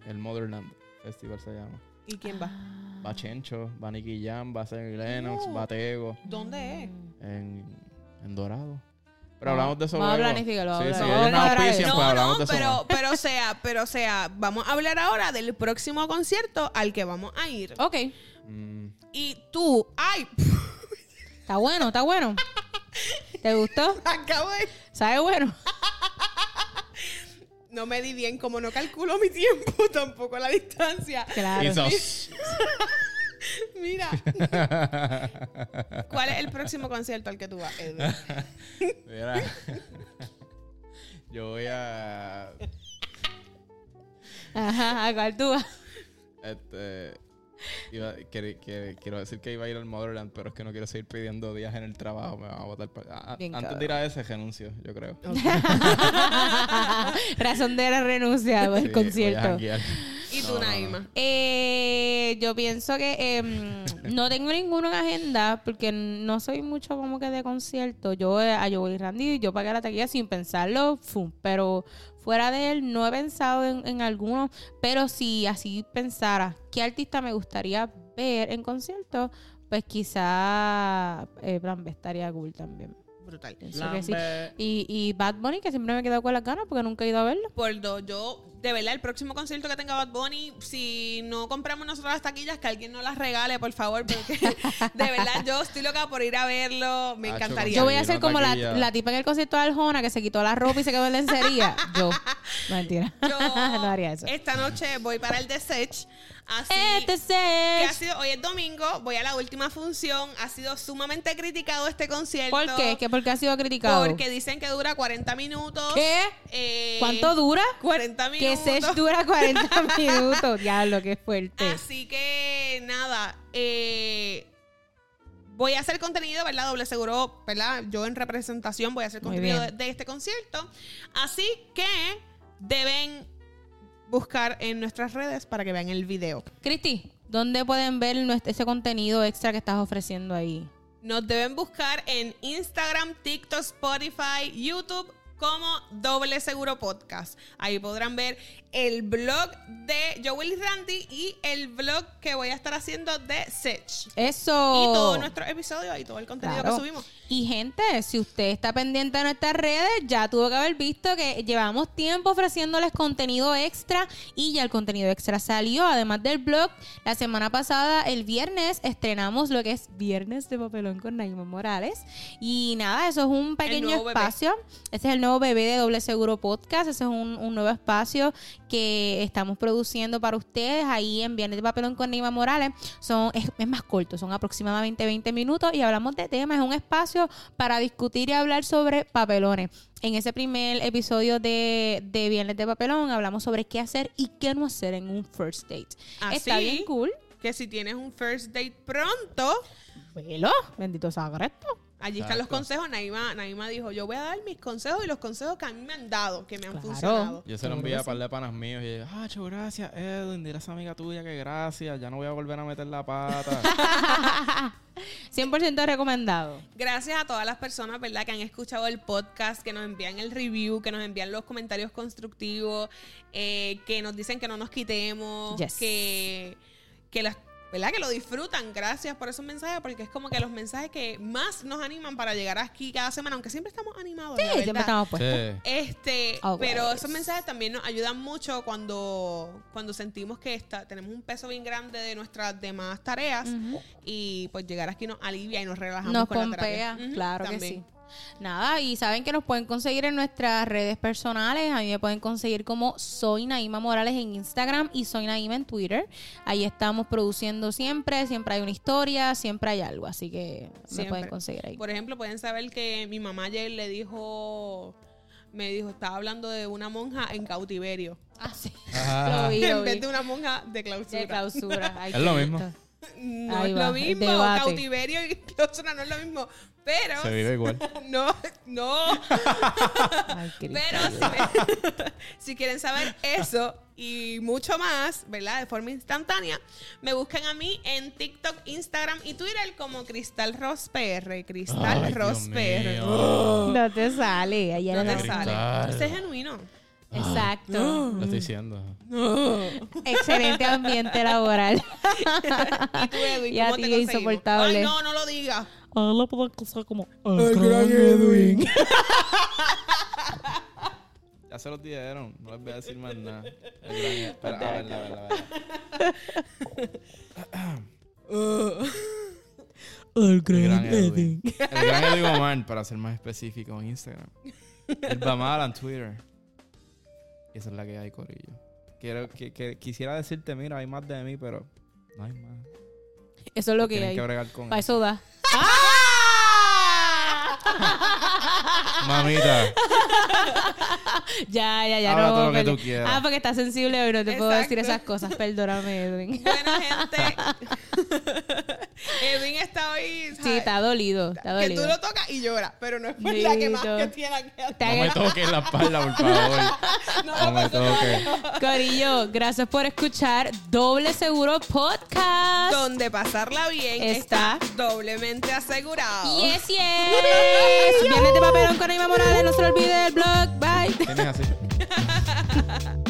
Speaker 1: El Motherland Festival se llama.
Speaker 3: ¿Y quién va?
Speaker 2: Ah.
Speaker 1: Va Chencho, va Nicky Jam, va Sergio Lennox,
Speaker 2: Oh.
Speaker 1: va Tego.
Speaker 3: ¿Dónde es?
Speaker 1: en, en Dorado. Pero
Speaker 2: Ah,
Speaker 1: hablamos de eso
Speaker 2: vamos a
Speaker 1: luego.
Speaker 2: planificarlo,
Speaker 1: Sí,
Speaker 2: vamos a
Speaker 1: sí,
Speaker 2: hablar.
Speaker 1: ellos nos
Speaker 2: Vamos a hablar de
Speaker 1: auspician,
Speaker 2: eso.
Speaker 1: pues
Speaker 3: No,
Speaker 1: hablamos
Speaker 3: no,
Speaker 1: de eso más.
Speaker 3: pero, pero sea, pero sea, vamos a hablar ahora del próximo concierto al que vamos a ir.
Speaker 2: Ok.
Speaker 1: Mm,
Speaker 3: Y tú, ay,
Speaker 2: Está bueno, está bueno. ¿Te gustó?
Speaker 3: acabo de...
Speaker 2: ¿Sabe bueno?
Speaker 3: No me di bien, como no calculo mi tiempo, tampoco la distancia.
Speaker 1: y
Speaker 2: Claro.
Speaker 1: sos.
Speaker 3: Mira, ¿cuál es el próximo concierto al que tú vas, Edwin?
Speaker 1: Mira. Yo voy a.
Speaker 2: Ajá, a cuál tú vas.
Speaker 1: Este. iba- quer- quer- quiero decir que iba a ir al Motherland, pero es que no quiero seguir pidiendo días en el trabajo. Me van a botar. pa- ah,
Speaker 2: Bien
Speaker 1: antes de ir a ese, renuncio, yo creo.
Speaker 2: Razón de la renuncia al
Speaker 1: Sí, voy a
Speaker 2: concierto.
Speaker 1: janguear.
Speaker 3: Y tú,
Speaker 1: No, no, no.
Speaker 3: Naima.
Speaker 2: Eh, yo pienso que em, no tengo ninguno en agenda porque no soy mucho como que de concierto. Yo eh, a Joey Randy, yo pagué la taquilla sin pensarlo, fum, pero fuera de él no he pensado en, en alguno. Pero si así pensara, ¿qué artista me gustaría ver en concierto? Pues quizá eh, Plan B estaría cool también.
Speaker 3: Brutal.
Speaker 2: Pienso
Speaker 4: Plan
Speaker 2: que sí.
Speaker 4: B.
Speaker 2: Y, y Bad Bunny, que siempre me he quedado con las ganas porque nunca he ido a verlo.
Speaker 3: Por dos, yo, de verdad, el próximo concierto que tenga Bad Bunny, si no compramos nosotros las taquillas, que alguien nos las regale, por favor, porque de verdad yo estoy loca por ir a verlo, me
Speaker 1: Hacho,
Speaker 3: encantaría.
Speaker 2: Yo voy a
Speaker 1: Ahí,
Speaker 2: ser
Speaker 1: una
Speaker 2: como la,
Speaker 1: taquilla.
Speaker 2: la tipa en el concierto de Arjona que se quitó la ropa y se quedó en lencería. Yo. Mentira.
Speaker 3: Yo
Speaker 2: no haría eso.
Speaker 3: esta noche voy para el The Sech, así
Speaker 2: Este
Speaker 3: que ha
Speaker 2: es.
Speaker 3: sido, hoy es domingo, voy a la última función, ha sido sumamente criticado este concierto.
Speaker 2: ¿Por qué? ¿Qué ¿Por qué ha sido criticado?
Speaker 3: Porque dicen que dura 40 minutos.
Speaker 2: ¿Qué?
Speaker 3: Eh,
Speaker 2: ¿Cuánto dura?
Speaker 3: 40
Speaker 2: Que
Speaker 3: minutos. Ah.
Speaker 2: Sech dura 40 minutos. Diablo, qué fuerte.
Speaker 3: Así que nada, eh, voy a hacer contenido, ¿verdad? Doble seguro, ¿verdad? Yo en representación voy a hacer
Speaker 2: Muy
Speaker 3: contenido de,
Speaker 2: bien.
Speaker 3: de este concierto. Así que deben buscar en nuestras redes para que vean el video.
Speaker 2: Cristi, ¿dónde pueden ver nuestro- ese contenido extra que estás ofreciendo ahí?
Speaker 3: Nos deben buscar en Instagram, TikTok, Spotify, YouTube como Doble Seguro Podcast. Ahí podrán ver el blog de Joel y Randy y el blog que voy a estar haciendo de Sech.
Speaker 2: Eso.
Speaker 3: Y todos nuestros episodios y todo el contenido
Speaker 2: Oh. Claro.
Speaker 3: que subimos.
Speaker 2: Y gente, si usted está pendiente de nuestras redes, ya tuvo que haber visto que llevamos tiempo ofreciéndoles contenido extra y ya el contenido extra salió. Además del blog, la semana pasada, el viernes, estrenamos lo que es Viernes de Papelón con Naima Morales. Y nada, eso es un pequeño
Speaker 3: nuevo bebé.
Speaker 2: espacio. Ese es el nuevo bebé de Doble Seguro Podcast. Ese es un, un nuevo espacio que estamos produciendo para ustedes ahí en Viernes de Papelón con Nima Morales. Son, es, es más corto, son aproximadamente 20 minutos y hablamos de temas. Es un espacio para discutir y hablar sobre papelones. En ese primer episodio de, de Viernes de Papelón hablamos sobre qué hacer y qué no hacer en un first date.
Speaker 3: Así
Speaker 2: Está bien cool.
Speaker 3: que si tienes un first date pronto,
Speaker 2: Velo, bendito sagresto.
Speaker 3: Allí están los
Speaker 1: Exacto.
Speaker 3: consejos. Naima, Naima dijo, yo voy a dar mis consejos y los consejos que a mí me han dado, que me han
Speaker 2: Claro.
Speaker 3: funcionado.
Speaker 1: Yo se
Speaker 2: Seguro
Speaker 1: lo envié
Speaker 2: que
Speaker 1: a par de panas míos y ella, ah, cho, gracias, Edwin, dile a esa amiga tuya que gracias, ya no voy a volver a meter la pata.
Speaker 2: 100% recomendado.
Speaker 3: Gracias a todas las personas, ¿verdad?, que han escuchado el podcast, que nos envían el review, que nos envían los comentarios constructivos, eh, que nos dicen que no nos quitemos,
Speaker 2: Yes.
Speaker 3: que, que las. ¿Verdad? Que lo disfrutan. Gracias por esos mensajes, porque es como que los mensajes que más nos animan para llegar aquí cada semana, aunque siempre estamos animados.
Speaker 2: Sí,
Speaker 3: la
Speaker 2: siempre
Speaker 3: verdad.
Speaker 2: estamos pues. puestos.
Speaker 1: Sí.
Speaker 3: Este,
Speaker 2: Always.
Speaker 3: pero esos mensajes también nos ayudan mucho cuando, cuando sentimos que está, tenemos un peso bien grande de nuestras demás tareas
Speaker 2: Ujú.
Speaker 3: y pues llegar aquí nos alivia y nos relajamos
Speaker 2: Nos
Speaker 3: pues, con la terapia.
Speaker 2: pompea,
Speaker 3: Ujú,
Speaker 2: claro que
Speaker 3: también.
Speaker 2: sí. Nada, y saben que nos pueden conseguir en nuestras redes personales. A mí me pueden conseguir como Soy Naima Morales en Instagram y Soy Naima en Twitter. Ahí estamos produciendo siempre, siempre hay una historia, siempre hay algo. Así que me
Speaker 3: Siempre.
Speaker 2: pueden conseguir ahí.
Speaker 3: Por ejemplo, pueden saber que mi mamá ayer le dijo, me dijo, estaba hablando de una monja en cautiverio.
Speaker 2: Ah, sí.
Speaker 1: Ajá.
Speaker 2: Lo vi, lo
Speaker 3: en
Speaker 2: vi.
Speaker 3: vez de una monja de clausura.
Speaker 2: De clausura. Ay,
Speaker 1: Es lo
Speaker 2: qué
Speaker 1: mismo.
Speaker 2: lindo.
Speaker 3: no
Speaker 2: Ahí
Speaker 3: es
Speaker 2: va,
Speaker 3: lo mismo,
Speaker 2: debate.
Speaker 3: cautiverio y clausura no es lo mismo. Pero,
Speaker 1: Se vive igual.
Speaker 3: no, no,
Speaker 2: Ay, qué lindo.
Speaker 3: Pero si, si quieren saber eso y mucho más, ¿verdad? De forma instantánea, me buscan a mí en TikTok, Instagram y Twitter como Cristal Ross PR. Cristal
Speaker 1: Ay, Dios
Speaker 3: Ross PR.
Speaker 1: mío.
Speaker 2: No te sale. Allá
Speaker 3: No
Speaker 2: no
Speaker 3: te
Speaker 1: Cristal.
Speaker 3: sale. Este es genuino.
Speaker 2: Exacto.
Speaker 1: Lo estoy diciendo.
Speaker 2: Excelente ambiente laboral.
Speaker 3: Y tú, Edwin,
Speaker 2: Y a
Speaker 3: ¿cómo
Speaker 2: ti,
Speaker 3: te conseguimos?
Speaker 2: insoportable.
Speaker 3: Ay, no, no lo digas.
Speaker 2: Ahora lo puedo acusar como
Speaker 1: Ya se los dieron, no les voy a decir más nada. ah, El gran- Espera, a ver, a ver, a ver.
Speaker 5: El
Speaker 1: El
Speaker 5: gran
Speaker 1: gran
Speaker 5: Edwin.
Speaker 1: Edwin. El gran Edwin Omar, para ser más específico, en Instagram. El Bamal en Twitter. Y esa es la que hay, Corillo. Quiero, que, que- quisiera decirte, mira, hay más de mí, pero no hay más.
Speaker 2: Eso es lo que
Speaker 1: Tienen
Speaker 2: hay.
Speaker 1: que bregar con
Speaker 2: Para
Speaker 1: eso.
Speaker 2: eso da.
Speaker 1: Ah. Mamita.
Speaker 2: Ya, ya, ya.
Speaker 1: Habla
Speaker 2: no,
Speaker 1: todo lo que
Speaker 2: perdón.
Speaker 1: tú quieras.
Speaker 2: Ah, porque estás sensible hoy, no te puedo decir esas
Speaker 3: Exacto.
Speaker 2: cosas. Perdóname, Edwin.
Speaker 3: Bueno, gente. Edwin está hoy.
Speaker 2: Sí,
Speaker 3: ¿sabes?
Speaker 2: está dolido. Está
Speaker 3: que tú
Speaker 2: dolido.
Speaker 3: lo tocas y llora, pero no es por la que más
Speaker 2: Lindo.
Speaker 3: que tiene que
Speaker 2: Te
Speaker 1: No me
Speaker 2: hagas-
Speaker 1: toques la espalda, por favor. No me toques.
Speaker 2: Corillo, gracias por escuchar Doble Seguro Podcast.
Speaker 3: Donde pasarla bien
Speaker 2: Está.
Speaker 3: está, doblemente asegurado.
Speaker 2: Yes, yes. Viernes de papelón con Aima Morales. No se lo olvide el blog. Bye.
Speaker 1: Tienes así.